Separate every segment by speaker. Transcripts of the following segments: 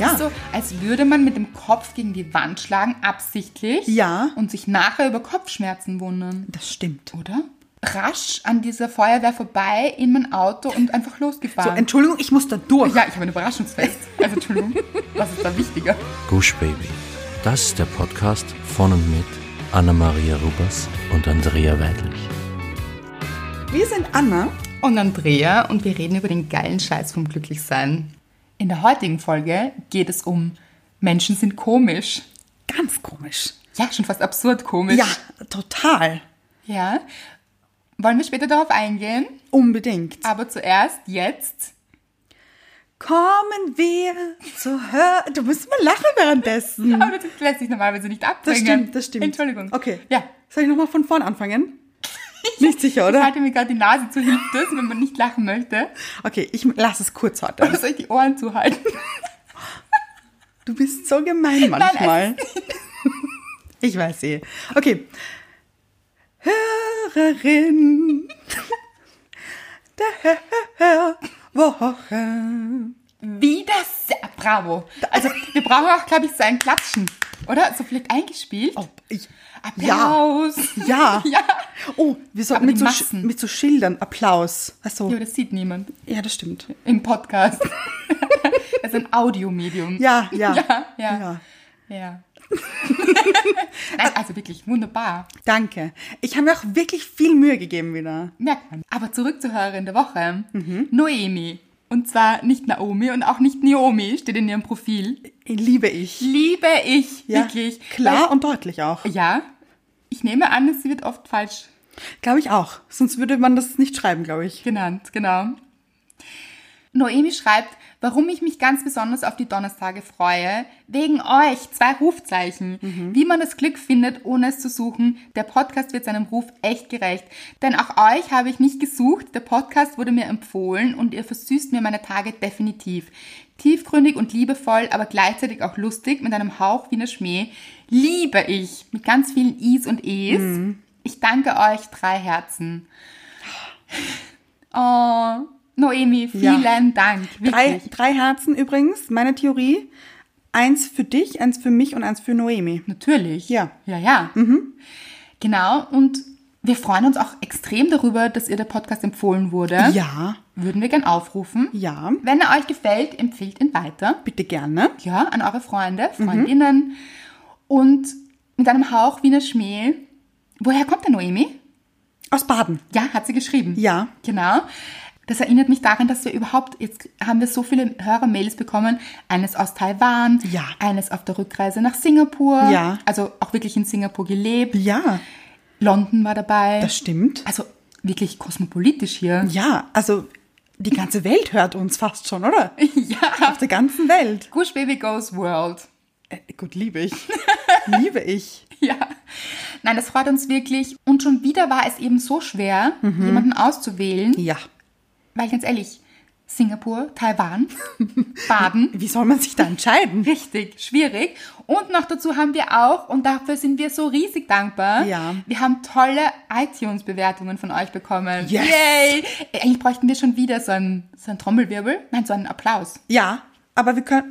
Speaker 1: ist so, als würde man mit dem Kopf gegen die Wand schlagen, absichtlich.
Speaker 2: Ja.
Speaker 1: Und sich nachher über Kopfschmerzen wundern.
Speaker 2: Das stimmt.
Speaker 1: Oder? Rasch an dieser Feuerwehr vorbei, in mein Auto und einfach
Speaker 2: So,
Speaker 1: losgefahren.
Speaker 2: Entschuldigung, ich muss da durch.
Speaker 1: ja, ich habe ein Überraschungsfest. Also, Entschuldigung, was ist da wichtiger?
Speaker 3: Gush Baby. Das ist der Podcast von und mit Anna-Maria Rubers und Andrea Weidlich.
Speaker 2: Wir sind Anna.
Speaker 1: Und Andrea und wir reden über den geilen Scheiß vom Glücklichsein. In der heutigen Folge geht es um Menschen sind komisch.
Speaker 2: Ganz komisch.
Speaker 1: Ja, schon fast absurd komisch.
Speaker 2: Ja, total.
Speaker 1: Ja. Wollen wir später darauf eingehen?
Speaker 2: Unbedingt.
Speaker 1: Aber zuerst jetzt.
Speaker 2: Kommen wir zur Hör... Du musst mal lachen währenddessen.
Speaker 1: Aber das lässt sich normalerweise nicht
Speaker 2: Das
Speaker 1: abbringen.
Speaker 2: stimmt, das stimmt.
Speaker 1: Entschuldigung.
Speaker 2: Okay.
Speaker 1: Ja.
Speaker 2: Soll ich nochmal von vorn anfangen? Nicht sicher,
Speaker 1: Ich
Speaker 2: oder?
Speaker 1: halte mir gerade die Nase zu, hilft das, wenn man nicht lachen möchte.
Speaker 2: Okay, ich lasse es kurz heute.
Speaker 1: Oder soll ich die Ohren zuhalten?
Speaker 2: Du bist so gemein manchmal.
Speaker 1: Nein,
Speaker 2: ich weiß eh. Okay. Hörerin der Hörwoche.
Speaker 1: Wie das? Bravo. Also, wir brauchen auch, glaube ich, so ein Klatschen. Oder? So vielleicht eingespielt.
Speaker 2: Oh, ich,
Speaker 1: Applaus.
Speaker 2: Ja.
Speaker 1: ja.
Speaker 2: oh wir sollten
Speaker 1: Aber
Speaker 2: mit
Speaker 1: die
Speaker 2: so, Sch-
Speaker 1: Massen.
Speaker 2: mit so Schildern Applaus.
Speaker 1: Ja,
Speaker 2: Achso,
Speaker 1: das sieht niemand
Speaker 2: ja, das stimmt.
Speaker 1: im Podcast. Das ist ein Audiomedium.
Speaker 2: Ja, ja.
Speaker 1: Ja, ja.
Speaker 2: ja.
Speaker 1: Ja. Nein, also wirklich wunderbar.
Speaker 2: Danke. Ich habe mir auch wirklich viel Mühe gegeben wieder.
Speaker 1: Merkt man. Ne, Aber zurück zur Hörerin der Woche.
Speaker 2: Mhm.
Speaker 1: Noemi. Und zwar nicht Naomi und auch nicht Naomi steht in ihrem Profil.
Speaker 2: Liebe ich.
Speaker 1: Liebe ich.
Speaker 2: Ja,
Speaker 1: Wirklich.
Speaker 2: Klar und deutlich auch.
Speaker 1: Weil, ja. Ich nehme an, sie wird oft falsch
Speaker 2: Glaube ich auch. Sonst würde man das nicht schreiben, glaube ich.
Speaker 1: genannt. Genau. Noemi schreibt, warum ich mich ganz besonders auf die Donnerstage freue. Wegen euch. Zwei Rufzeichen. Wie man das Glück findet, ohne es zu suchen. Der Podcast wird seinem Ruf echt gerecht. Denn auch euch habe ich nicht gesucht. Der Podcast wurde mir empfohlen und ihr versüßt mir meine Tage definitiv. Tiefgründig und liebevoll, aber gleichzeitig auch lustig mit einem Hauch Wiener Schmäh. Liebe ich. Mit ganz vielen Is und Es. Ich danke euch drei Herzen. Oh, Noemi,
Speaker 2: Ja.
Speaker 1: vielen Dank.
Speaker 2: Drei,
Speaker 1: Wirklich.
Speaker 2: drei Herzen übrigens, meine Theorie. Eins für dich, eins für mich und eins für Noemi.
Speaker 1: Natürlich.
Speaker 2: Ja. Mhm.
Speaker 1: Ja, ja. Genau. Und wir freuen uns auch extrem darüber, dass ihr der Podcast empfohlen wurde.
Speaker 2: Ja,
Speaker 1: Würden wir gern aufrufen.
Speaker 2: Ne? ja.
Speaker 1: Wenn er euch gefällt, empfehlt ihn weiter.
Speaker 2: Bitte gerne.
Speaker 1: Ja, an eure Freunde,
Speaker 2: Mhm.
Speaker 1: Freundinnen. Und mit einem Hauch Wiener Schmäh. Woher kommt der Noemi?
Speaker 2: Aus Baden.
Speaker 1: Ja, hat sie geschrieben.
Speaker 2: Ja.
Speaker 1: Genau. Das erinnert mich daran, dass wir überhaupt, jetzt haben wir so viele Hörer-Mails bekommen, eines aus Taiwan,
Speaker 2: Ja.
Speaker 1: eines auf der Rückreise nach Singapur,
Speaker 2: Ja.
Speaker 1: also auch wirklich in Singapur gelebt,
Speaker 2: Ja,
Speaker 1: London war dabei.
Speaker 2: das stimmt.
Speaker 1: Also wirklich kosmopolitisch hier.
Speaker 2: Ja, also die ganze Welt hört uns fast schon, oder?
Speaker 1: Ja.
Speaker 2: Auf der ganzen Welt.
Speaker 1: Gush Baby Goes World.
Speaker 2: Äh, gut, liebe ich. liebe ich.
Speaker 1: Ja. Nein, das freut uns wirklich. Und schon wieder war es eben so schwer,
Speaker 2: Mhm.
Speaker 1: jemanden auszuwählen,
Speaker 2: Ja.
Speaker 1: weil ganz ehrlich, Singapur, Taiwan, Baden,
Speaker 2: Wie soll man sich da entscheiden?
Speaker 1: Richtig, schwierig. Und noch dazu haben wir auch, und dafür sind wir so riesig dankbar,
Speaker 2: Ja.
Speaker 1: wir haben tolle iTunes-Bewertungen von euch bekommen.
Speaker 2: Yes.
Speaker 1: Yay! Eigentlich bräuchten wir schon wieder so einen, so einen Trommelwirbel. Nein, so einen Applaus.
Speaker 2: Ja, aber wir können.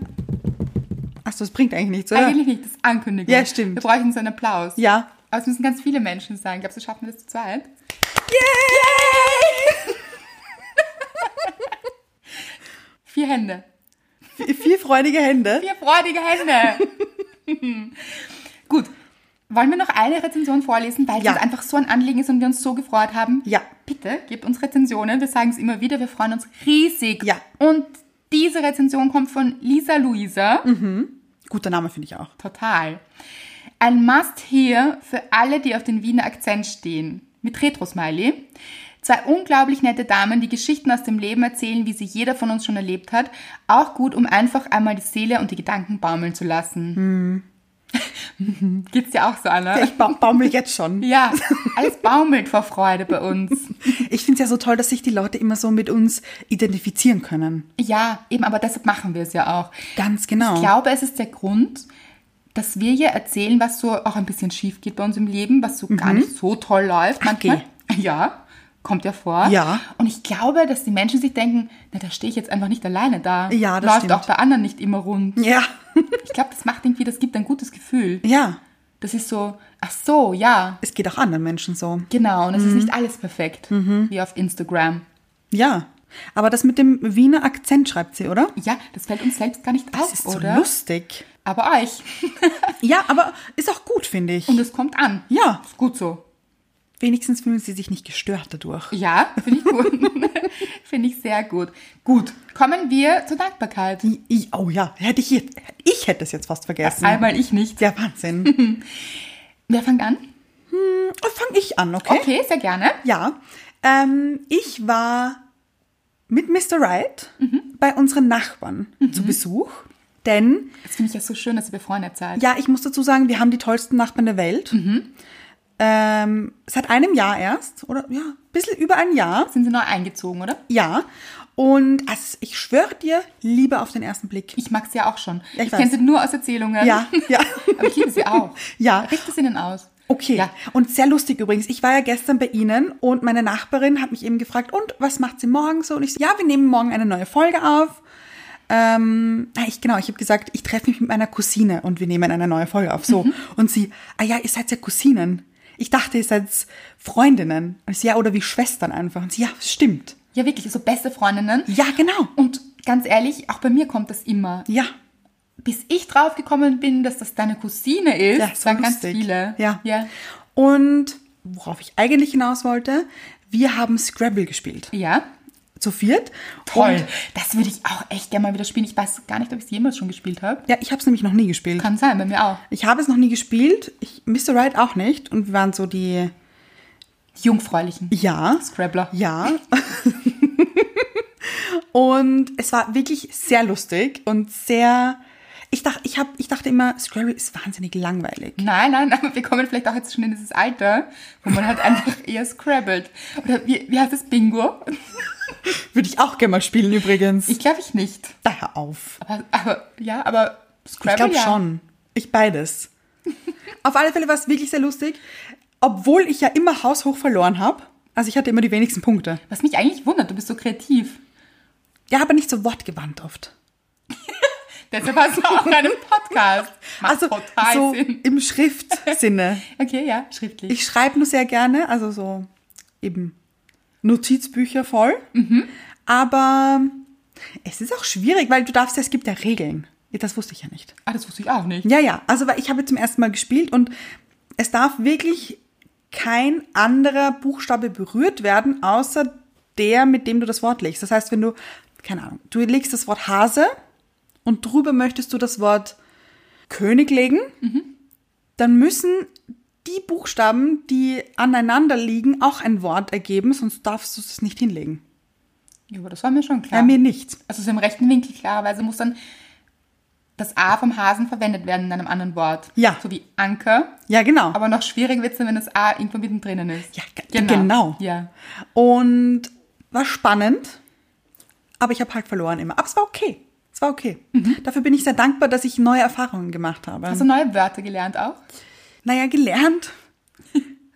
Speaker 2: Achso, das bringt eigentlich nichts, oder?
Speaker 1: Eigentlich nicht, das ist Ankündigung.
Speaker 2: Ja, stimmt.
Speaker 1: Wir bräuchen so einen Applaus.
Speaker 2: Ja.
Speaker 1: Aber es müssen ganz viele Menschen sein. Glaubst du, schaffen wir das zu zweit? Vier Hände.
Speaker 2: Vier- Vier freudige Hände.
Speaker 1: Vier freudige Hände. Gut. Wollen wir noch eine Rezension vorlesen, weil
Speaker 2: Ja.
Speaker 1: das einfach so ein Anliegen ist und wir uns so gefreut haben?
Speaker 2: Ja.
Speaker 1: Bitte gebt uns Rezensionen. Wir sagen es immer wieder. Wir freuen uns riesig.
Speaker 2: Ja.
Speaker 1: Und diese Rezension kommt von Lisa Luisa.
Speaker 2: Guter Name finde ich auch.
Speaker 1: Total. Ein Must-Hear für alle, die auf den Wiener Akzent stehen. Mit Retro-Smiley. Zwei unglaublich nette Damen, die Geschichten aus dem Leben erzählen, wie sie jeder von uns schon erlebt hat. Auch gut, um einfach einmal die Seele und die Gedanken baumeln zu lassen. Geht's dir auch so, Anna?
Speaker 2: Ich ba baumel jetzt schon.
Speaker 1: Ja, alles baumelt vor Freude bei uns.
Speaker 2: Ich finde es ja so toll, dass sich die Leute immer so mit uns identifizieren können.
Speaker 1: Ja, eben, aber deshalb machen wir es ja auch.
Speaker 2: Ganz genau.
Speaker 1: Ich glaube, es ist der Grund, dass wir hier erzählen,
Speaker 2: Mhm.
Speaker 1: was so auch ein bisschen schief geht bei uns im Leben, was so gar nicht so toll läuft manchmal. Ja, kommt ja vor.
Speaker 2: Ja.
Speaker 1: Und ich glaube, dass die Menschen sich denken, na, da stehe ich jetzt einfach nicht alleine da.
Speaker 2: Ja, das
Speaker 1: Läuft
Speaker 2: stimmt.
Speaker 1: auch bei anderen nicht immer rund.
Speaker 2: Ja.
Speaker 1: Ich glaube, das macht irgendwie, das gibt ein gutes Gefühl.
Speaker 2: Ja.
Speaker 1: Das ist so, ach so, ja,
Speaker 2: Es geht auch anderen Menschen so.
Speaker 1: genau. Und es
Speaker 2: Mhm.
Speaker 1: ist nicht alles perfekt, wie auf Instagram.
Speaker 2: Ja. Aber das mit dem Wiener Akzent schreibt sie, oder?
Speaker 1: Ja, das fällt uns selbst gar nicht auf,
Speaker 2: Das ist so
Speaker 1: oder?
Speaker 2: lustig.
Speaker 1: Aber euch.
Speaker 2: Ja, aber ist auch gut, finde ich.
Speaker 1: Und es kommt an.
Speaker 2: Ja.
Speaker 1: Ist gut so.
Speaker 2: Wenigstens fühlen sie sich nicht gestört dadurch.
Speaker 1: Ja, finde ich gut. finde ich sehr gut. Gut, kommen wir zur Dankbarkeit.
Speaker 2: I- I- Oh ja, hätte ich jetzt, ich hätte es jetzt fast vergessen.
Speaker 1: Einmal ich nicht.
Speaker 2: Der Wahnsinn.
Speaker 1: Wer fängt an?
Speaker 2: Oh, Fang ich an, okay?
Speaker 1: Okay, sehr gerne.
Speaker 2: Ja. Ähm, ich war mit Mr. Right bei unseren Nachbarn zu Besuch, denn
Speaker 1: Das finde ich ja so schön, dass ihr befreundet seid.
Speaker 2: Ja, ich muss dazu sagen, wir haben die tollsten Nachbarn der Welt. Ähm, seit einem Jahr erst, oder ja, ein bisschen über ein Jahr.
Speaker 1: Sind sie neu eingezogen, oder?
Speaker 2: Ja. Und also ich schwöre dir, Liebe auf den ersten Blick.
Speaker 1: Ich mag sie ja auch schon.
Speaker 2: Ja, ich
Speaker 1: ich kenne
Speaker 2: weiß.
Speaker 1: sie nur aus Erzählungen.
Speaker 2: Ja, ja.
Speaker 1: Aber ich liebe sie auch.
Speaker 2: Ja.
Speaker 1: Richte es ihnen aus.
Speaker 2: Okay.
Speaker 1: Ja.
Speaker 2: Und sehr lustig übrigens. Ich war ja gestern bei Ihnen und meine Nachbarin hat mich eben gefragt, und was macht sie morgen so? Und ich so, ja, wir nehmen morgen eine neue Folge auf. Ähm, ah, ich, genau, ich habe gesagt, ich treffe mich mit meiner Cousine und wir nehmen eine neue Folge auf.
Speaker 1: Mhm.
Speaker 2: So. Und sie, ah ja, ihr seid ja Cousinen. Ich dachte, ihr seid Freundinnen. Und ich so, ja, oder wie Schwestern einfach. Und sie, ja, stimmt.
Speaker 1: Ja, wirklich, so beste Freundinnen.
Speaker 2: Ja, genau.
Speaker 1: Und ganz ehrlich, auch bei mir kommt das immer.
Speaker 2: Ja,
Speaker 1: Bis ich draufgekommen bin, dass das deine Cousine ist,
Speaker 2: ja so
Speaker 1: waren
Speaker 2: lustig.
Speaker 1: ganz viele.
Speaker 2: Ja.
Speaker 1: ja.
Speaker 2: Und worauf ich eigentlich hinaus wollte, wir haben Scrabble gespielt.
Speaker 1: Ja.
Speaker 2: Zu viert.
Speaker 1: Toll.
Speaker 2: Und
Speaker 1: das würde ich auch echt gerne mal wieder spielen. Ich weiß gar nicht, ob ich es jemals schon gespielt habe.
Speaker 2: Ja, ich habe es nämlich noch nie gespielt.
Speaker 1: Kann sein, bei mir auch.
Speaker 2: Ich habe es noch nie gespielt. Ich, Mr. Right auch nicht. Und wir waren so die.
Speaker 1: Die Jungfräulichen.
Speaker 2: Ja.
Speaker 1: Scrabbler.
Speaker 2: Ja. und es war wirklich sehr lustig und sehr. Ich dachte, ich, hab, ich dachte immer, Scrabble ist wahnsinnig langweilig.
Speaker 1: Nein, nein, aber wir kommen vielleicht auch jetzt schon in dieses Alter, wo man halt einfach eher scrabbelt. Oder wie, wie heißt das? Bingo?
Speaker 2: Würde ich auch gerne mal spielen übrigens.
Speaker 1: Ich glaube ich nicht.
Speaker 2: daher auf.
Speaker 1: Aber, aber ja, aber
Speaker 2: Ich
Speaker 1: Scrabble
Speaker 2: glaube
Speaker 1: ja.
Speaker 2: schon. Ich beides. Auf alle Fälle war es wirklich sehr lustig, obwohl ich ja immer haushoch verloren habe. Also ich hatte immer die wenigsten Punkte.
Speaker 1: Was mich eigentlich wundert, du bist so kreativ.
Speaker 2: Ja, aber nicht so wortgewandt oft.
Speaker 1: Deshalb hast du auch einen Podcast. Macht
Speaker 2: also
Speaker 1: total
Speaker 2: so
Speaker 1: Sinn.
Speaker 2: im Schriftsinne.
Speaker 1: Okay, ja, schriftlich.
Speaker 2: Ich schreibe nur sehr gerne, also so eben Notizbücher voll.
Speaker 1: Mhm.
Speaker 2: Aber es ist auch schwierig, weil du darfst ja, es gibt ja Regeln. Ja, Das wusste ich ja nicht.
Speaker 1: ah, das wusste ich auch nicht.
Speaker 2: Ja, ja, also weil ich habe zum ersten Mal gespielt und es darf wirklich kein anderer Buchstabe berührt werden, außer der, mit dem du das Wort legst. Das heißt, wenn du, keine Ahnung, du legst das Wort Hase und drüber möchtest du das Wort König legen, dann müssen die Buchstaben, die aneinander liegen, auch ein Wort ergeben, sonst darfst du es nicht hinlegen.
Speaker 1: Ja, aber das war mir schon
Speaker 2: Ja,
Speaker 1: klar.
Speaker 2: mir nicht.
Speaker 1: also so im rechten Winkel klarerweise muss dann das A vom Hasen verwendet werden in einem anderen Wort.
Speaker 2: Ja.
Speaker 1: So wie Anker.
Speaker 2: Ja, genau.
Speaker 1: Aber noch schwierig wird es, wenn das A irgendwo mittendrin ist.
Speaker 2: Ja, ge- genau.
Speaker 1: Ja.
Speaker 2: Und war spannend, aber ich habe halt verloren immer. Aber es war okay. Es war okay. Dafür bin ich sehr dankbar, dass ich neue Erfahrungen gemacht habe.
Speaker 1: Hast du neue Wörter gelernt auch?
Speaker 2: naja, gelernt.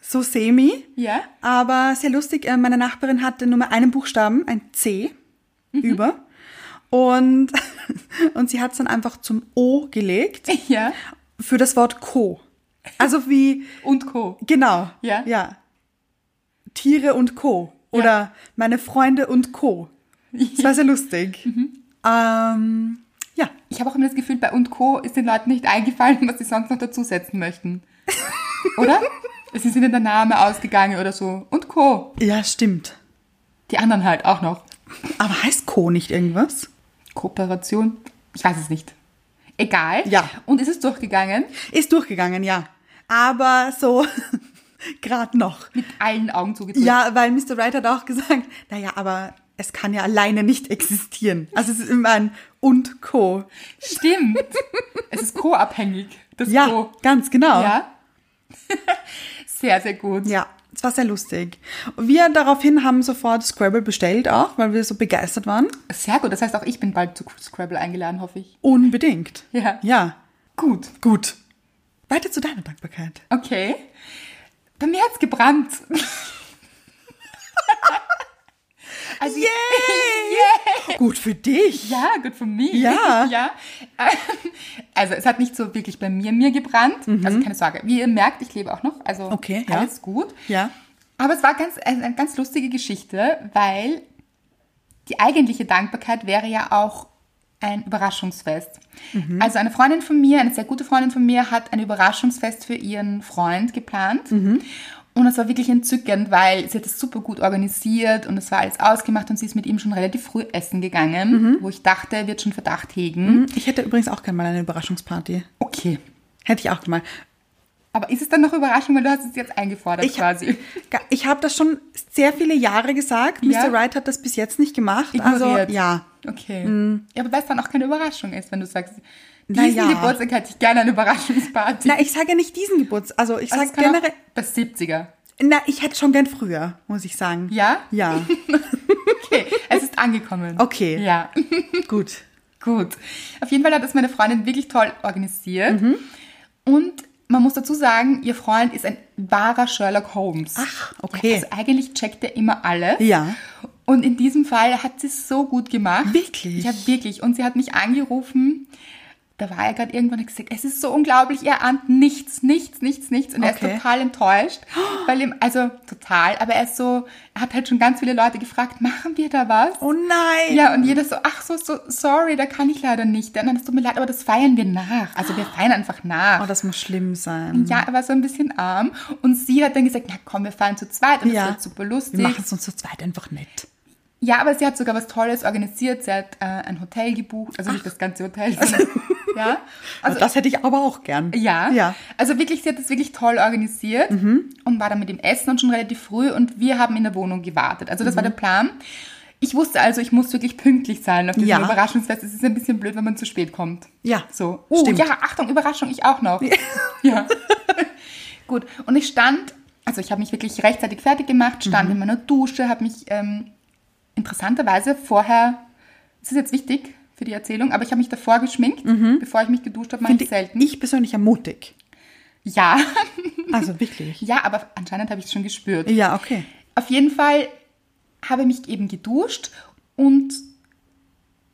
Speaker 2: So semi.
Speaker 1: Ja.
Speaker 2: Aber sehr lustig, äh, meine Nachbarin hatte nur mal einen Buchstaben, ein C, über. Und, und sie hat es dann einfach zum O gelegt
Speaker 1: Ja.
Speaker 2: für das Wort Co. Also wie
Speaker 1: Und Co.
Speaker 2: Genau.
Speaker 1: Ja.
Speaker 2: Ja. Tiere und Co.
Speaker 1: Ja.
Speaker 2: Oder meine Freunde und Co. Das war sehr lustig.
Speaker 1: Mhm.
Speaker 2: ähm, ja.
Speaker 1: Ich habe auch immer das Gefühl, bei und Co. ist den Leuten nicht eingefallen, was sie sonst noch dazusetzen möchten. Oder? Es ist ihnen der Name ausgegangen oder so. Und Co.
Speaker 2: Ja, stimmt.
Speaker 1: Die anderen halt auch noch.
Speaker 2: Aber heißt Co nicht irgendwas?
Speaker 1: Kooperation? Ich weiß es nicht. Egal.
Speaker 2: Ja.
Speaker 1: Und ist es durchgegangen?
Speaker 2: Ist durchgegangen, ja. Aber so gerade noch.
Speaker 1: Mit allen Augen zugedrückt.
Speaker 2: Ja, weil Mr. Wright hat auch gesagt, naja, aber es kann ja alleine nicht existieren. Also es ist immer ein und Co.
Speaker 1: Stimmt. es ist co-abhängig. Das
Speaker 2: Ja,
Speaker 1: Co.
Speaker 2: ganz genau.
Speaker 1: Oh. Ja. sehr, sehr gut.
Speaker 2: Ja, es war sehr lustig. Wir daraufhin haben sofort Scrabble bestellt auch, weil wir so begeistert waren.
Speaker 1: Sehr gut. Das heißt, auch ich bin bald zu Scrabble eingeladen, hoffe ich.
Speaker 2: Unbedingt.
Speaker 1: Ja.
Speaker 2: Ja,
Speaker 1: Gut.
Speaker 2: gut. Weiter zu deiner Dankbarkeit.
Speaker 1: Okay. Bei mir hat's gebrannt. Yay!
Speaker 2: Gut für
Speaker 1: Also,
Speaker 2: dich.
Speaker 1: Ja, good for me.
Speaker 2: Ja.
Speaker 1: ja. Ähm, Also es hat nicht so wirklich bei mir mir gebrannt. Also keine Sorge. Wie ihr merkt, ich lebe auch noch. Also
Speaker 2: Mhm. Okay, ja.
Speaker 1: alles gut.
Speaker 2: Ja.
Speaker 1: Aber es war ganz, also eine ganz lustige Geschichte, weil die eigentliche Dankbarkeit wäre ja auch ein Überraschungsfest. Also eine Freundin von mir, eine sehr gute Freundin von mir, hat ein Überraschungsfest für ihren Freund geplant. Und es war wirklich entzückend, weil sie hat es super gut organisiert und es war alles ausgemacht und sie ist mit ihm schon relativ früh essen gegangen, wo ich dachte, er wird schon Verdacht hegen.
Speaker 2: Ich hätte übrigens auch gerne mal eine Überraschungsparty.
Speaker 1: Okay.
Speaker 2: Hätte ich auch gerne mal.
Speaker 1: Aber ist es dann noch Überraschung, weil du hast es jetzt eingefordert
Speaker 2: Ich-
Speaker 1: quasi?
Speaker 2: Ga- Ich habe das schon sehr viele Jahre gesagt. Mr.
Speaker 1: Ja.
Speaker 2: Wright hat das bis jetzt nicht gemacht.
Speaker 1: Ignoriert.
Speaker 2: Also ja. Mhm.
Speaker 1: Okay. Ja, aber weil es dann auch keine Überraschung ist, wenn du sagst,
Speaker 2: Na
Speaker 1: diesen
Speaker 2: ja.
Speaker 1: Geburtstag hätte ich gerne eine Überraschungsparty.
Speaker 2: Na, ich sage ja nicht diesen Geburtstag. Also ich
Speaker 1: Also
Speaker 2: sage
Speaker 1: es kann auch
Speaker 2: generell.
Speaker 1: Das 70er.
Speaker 2: Na, ich hätte schon gern früher, muss ich sagen.
Speaker 1: Ja?
Speaker 2: Ja.
Speaker 1: Okay, es ist angekommen.
Speaker 2: Okay.
Speaker 1: Ja,
Speaker 2: Gut.
Speaker 1: gut. Auf jeden Fall hat das meine Freundin wirklich toll organisiert. Und man muss dazu sagen, ihr Freund ist ein wahrer Sherlock Holmes.
Speaker 2: Ach,
Speaker 1: Ja,
Speaker 2: okay.
Speaker 1: also eigentlich checkt er immer alles.
Speaker 2: Ja.
Speaker 1: Und in diesem Fall hat sie es so gut gemacht.
Speaker 2: Wirklich?
Speaker 1: Ja, wirklich. Und sie hat mich angerufen. Da war er gerade irgendwann und hat gesagt, es ist so unglaublich, er ahnt nichts, nichts, nichts, nichts. Und er
Speaker 2: Okay.
Speaker 1: ist total enttäuscht, weil ihm, also total, aber er ist so, er hat halt schon ganz viele Leute gefragt, machen wir da was?
Speaker 2: Oh nein.
Speaker 1: Ja, und jeder so, ach so, so, sorry, da kann ich leider nicht. Dann, es tut mir leid, aber das feiern wir nach. Also wir feiern einfach nach.
Speaker 2: Oh, das muss schlimm sein.
Speaker 1: Ja, er war so ein bisschen arm. Und sie hat dann gesagt, na komm, wir fahren zu zweit und das
Speaker 2: Ja.
Speaker 1: wird super lustig.
Speaker 2: Wir machen es uns zu zweit einfach nett.
Speaker 1: Ja, aber sie hat sogar was Tolles organisiert. Sie hat äh, ein Hotel gebucht, also nicht das ganze Hotel. sondern- ja, also
Speaker 2: Also, das hätte ich aber auch gern.
Speaker 1: ja.
Speaker 2: Ja. Mhm.
Speaker 1: Also wirklich, sie hat das wirklich toll organisiert und war dann mit dem Essen und schon relativ früh und wir haben in der Wohnung gewartet. Also das
Speaker 2: Mhm.
Speaker 1: war der Plan. Ich wusste also, ich muss wirklich pünktlich sein auf diesem
Speaker 2: Ja.
Speaker 1: Überraschungsfest. Es ist ein bisschen blöd, wenn man zu spät kommt.
Speaker 2: Ja,
Speaker 1: So. Oh,
Speaker 2: stimmt.
Speaker 1: ja, Achtung, Überraschung, ich auch noch. ja. Gut. Und ich stand, also ich habe mich wirklich rechtzeitig fertig gemacht,
Speaker 2: Mhm.
Speaker 1: stand in meiner Dusche, habe mich ähm, interessanterweise vorher, es ist jetzt wichtig für die Erzählung, aber ich habe mich davor geschminkt,
Speaker 2: Mhm.
Speaker 1: bevor ich mich geduscht habe, mache
Speaker 2: Finde
Speaker 1: ich selten.
Speaker 2: ich persönlich ja mutig.
Speaker 1: Ja,
Speaker 2: Also wirklich.
Speaker 1: ja, aber anscheinend habe ich es schon gespürt.
Speaker 2: ja, okay.
Speaker 1: Auf jeden Fall habe ich mich eben geduscht und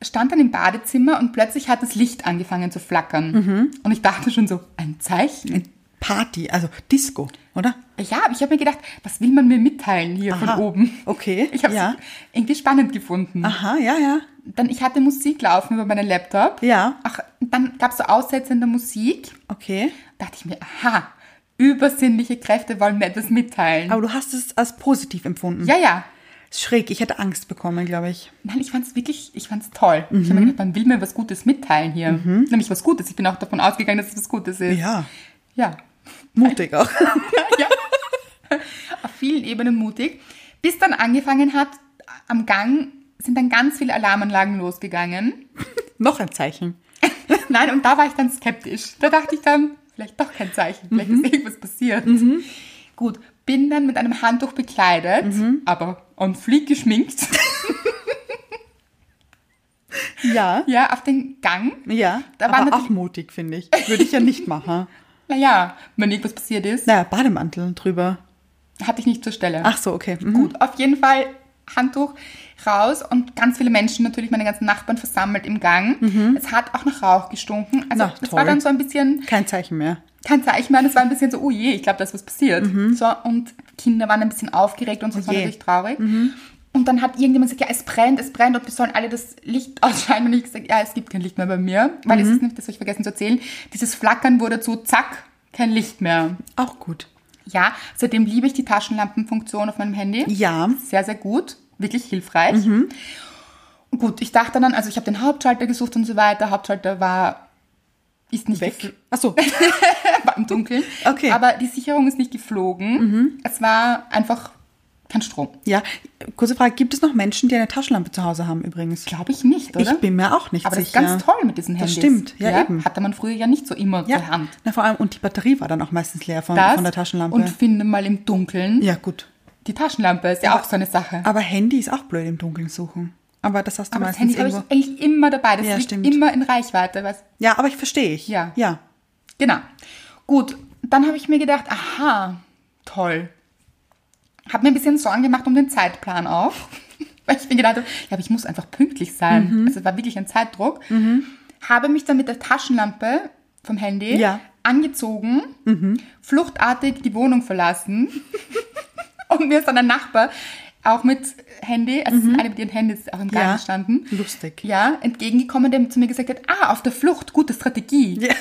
Speaker 1: stand dann im Badezimmer und plötzlich hat das Licht angefangen zu flackern.
Speaker 2: Mhm.
Speaker 1: Und ich dachte schon so, ein Zeichen.
Speaker 2: Party, also Disco, oder?
Speaker 1: Ja, aber ich habe mir gedacht, was will man mir mitteilen hier
Speaker 2: Aha,
Speaker 1: von oben?
Speaker 2: okay,
Speaker 1: Ich habe es
Speaker 2: ja. Ah.
Speaker 1: irgendwie spannend gefunden.
Speaker 2: Aha, ja, ja.
Speaker 1: Dann, ich hatte Musik laufen über meinen Laptop.
Speaker 2: Ja.
Speaker 1: Ach, dann gab es so Aussätze in der Musik.
Speaker 2: Okay.
Speaker 1: Dachte ich mir, aha, übersinnliche Kräfte wollen mir etwas mitteilen.
Speaker 2: Aber du hast es als positiv empfunden.
Speaker 1: Ja, ja.
Speaker 2: Schräg, ich hätte Angst bekommen, glaube ich.
Speaker 1: Nein, ich fand's wirklich, ich fand's toll. Ich
Speaker 2: Mhm.
Speaker 1: habe mir gedacht, man will mir was Gutes mitteilen hier. Nämlich was Gutes. Ich bin auch davon ausgegangen, dass es was Gutes ist.
Speaker 2: Ja,
Speaker 1: Ja.
Speaker 2: mutig auch.
Speaker 1: ja. Auf vielen Ebenen mutig. Bis dann angefangen hat, am Gang sind dann ganz viele Alarmanlagen losgegangen.
Speaker 2: Noch ein Zeichen.
Speaker 1: Nein, und da war ich dann skeptisch. Da dachte ich dann, vielleicht doch kein Zeichen, vielleicht
Speaker 2: Mhm.
Speaker 1: ist irgendwas passiert. Gut, bin dann mit einem Handtuch bekleidet,
Speaker 2: Mhm.
Speaker 1: aber on fleek geschminkt,
Speaker 2: Ja.
Speaker 1: ja, auf den Gang.
Speaker 2: Ja,
Speaker 1: Da war
Speaker 2: aber
Speaker 1: natürlich-
Speaker 2: auch mutig, finde ich. Würde ich ja nicht machen.
Speaker 1: Naja, wenn irgendwas passiert ist,
Speaker 2: Naja, Bademantel drüber.
Speaker 1: hatte ich nicht zur Stelle.
Speaker 2: Ach so, okay. Mhm.
Speaker 1: Gut, auf jeden Fall Handtuch raus und ganz viele Menschen, natürlich meine ganzen Nachbarn versammelt im Gang. Es hat auch nach Rauch gestunken. Also
Speaker 2: Mhm. Na,
Speaker 1: es
Speaker 2: toll.
Speaker 1: war dann so ein bisschen,
Speaker 2: Kein Zeichen mehr.
Speaker 1: kein Zeichen mehr, es war ein bisschen so, oh je, ich glaube, da ist was passiert. So, und Kinder waren ein bisschen aufgeregt und so, das war
Speaker 2: Mhm. Oh je. Mhm.
Speaker 1: natürlich traurig. Und dann hat irgendjemand gesagt, ja, es brennt, es brennt und wir sollen alle das Licht ausschalten. Und ich gesagt, ja, es gibt kein Licht mehr bei mir, weil
Speaker 2: Mhm.
Speaker 1: es ist nicht, das habe ich vergessen zu erzählen, dieses Flackern wurde zu, zack, kein Licht mehr.
Speaker 2: Auch gut.
Speaker 1: Ja, seitdem liebe ich die Taschenlampenfunktion auf meinem Handy.
Speaker 2: Ja.
Speaker 1: Sehr, sehr gut. Wirklich hilfreich.
Speaker 2: Mhm.
Speaker 1: Gut, ich dachte dann, also ich habe den Hauptschalter gesucht und so weiter. Hauptschalter war, ist nicht
Speaker 2: Weg.
Speaker 1: gefl-
Speaker 2: Ach so.
Speaker 1: war im Dunkeln.
Speaker 2: Okay. Mhm.
Speaker 1: Aber die Sicherung ist nicht geflogen. Es war einfach kein Strom.
Speaker 2: Ja, kurze Frage. Gibt es noch Menschen, die eine Taschenlampe zu Hause haben übrigens?
Speaker 1: Glaube ich nicht, oder?
Speaker 2: Ich bin mir auch nicht
Speaker 1: aber das ist
Speaker 2: sicher.
Speaker 1: ganz toll mit diesen Handys.
Speaker 2: Das stimmt, ja, eben.
Speaker 1: Hatte man früher ja nicht so immer
Speaker 2: Ja,
Speaker 1: zur Hand.
Speaker 2: Na, vor allem, und die Batterie war dann auch meistens leer von,
Speaker 1: Das
Speaker 2: von der Taschenlampe.
Speaker 1: Und finde mal im Dunkeln
Speaker 2: ja, gut.
Speaker 1: die Taschenlampe. Ist ja auch so eine Sache.
Speaker 2: Aber Handy ist auch blöd im Dunkeln suchen. Aber das hast du
Speaker 1: Aber das
Speaker 2: meistens
Speaker 1: Handy habe ich
Speaker 2: irgendwo.
Speaker 1: eigentlich immer dabei. Das
Speaker 2: Ja,
Speaker 1: liegt
Speaker 2: stimmt.
Speaker 1: immer in Reichweite. Was?
Speaker 2: ja, aber ich verstehe ich.
Speaker 1: Ja.
Speaker 2: Ja.
Speaker 1: Genau. Gut, dann habe ich mir gedacht, aha, toll. Habe mir ein bisschen Sorgen gemacht um den Zeitplan auch. weil ich mir gedacht habe, ja, aber ich muss einfach pünktlich sein.
Speaker 2: Mhm.
Speaker 1: Also es war wirklich ein Zeitdruck. Habe mich dann mit der Taschenlampe vom Handy
Speaker 2: Ja. Mhm.
Speaker 1: angezogen, fluchtartig die Wohnung verlassen. Und mir ist dann ein Nachbar auch mit Handy, also eine mit ihren Handys auch im Garten
Speaker 2: Mhm. Ja.
Speaker 1: standen.
Speaker 2: Lustig.
Speaker 1: Ja, entgegengekommen, der zu mir gesagt hat, ah, auf der Flucht, gute Strategie.
Speaker 2: Ja.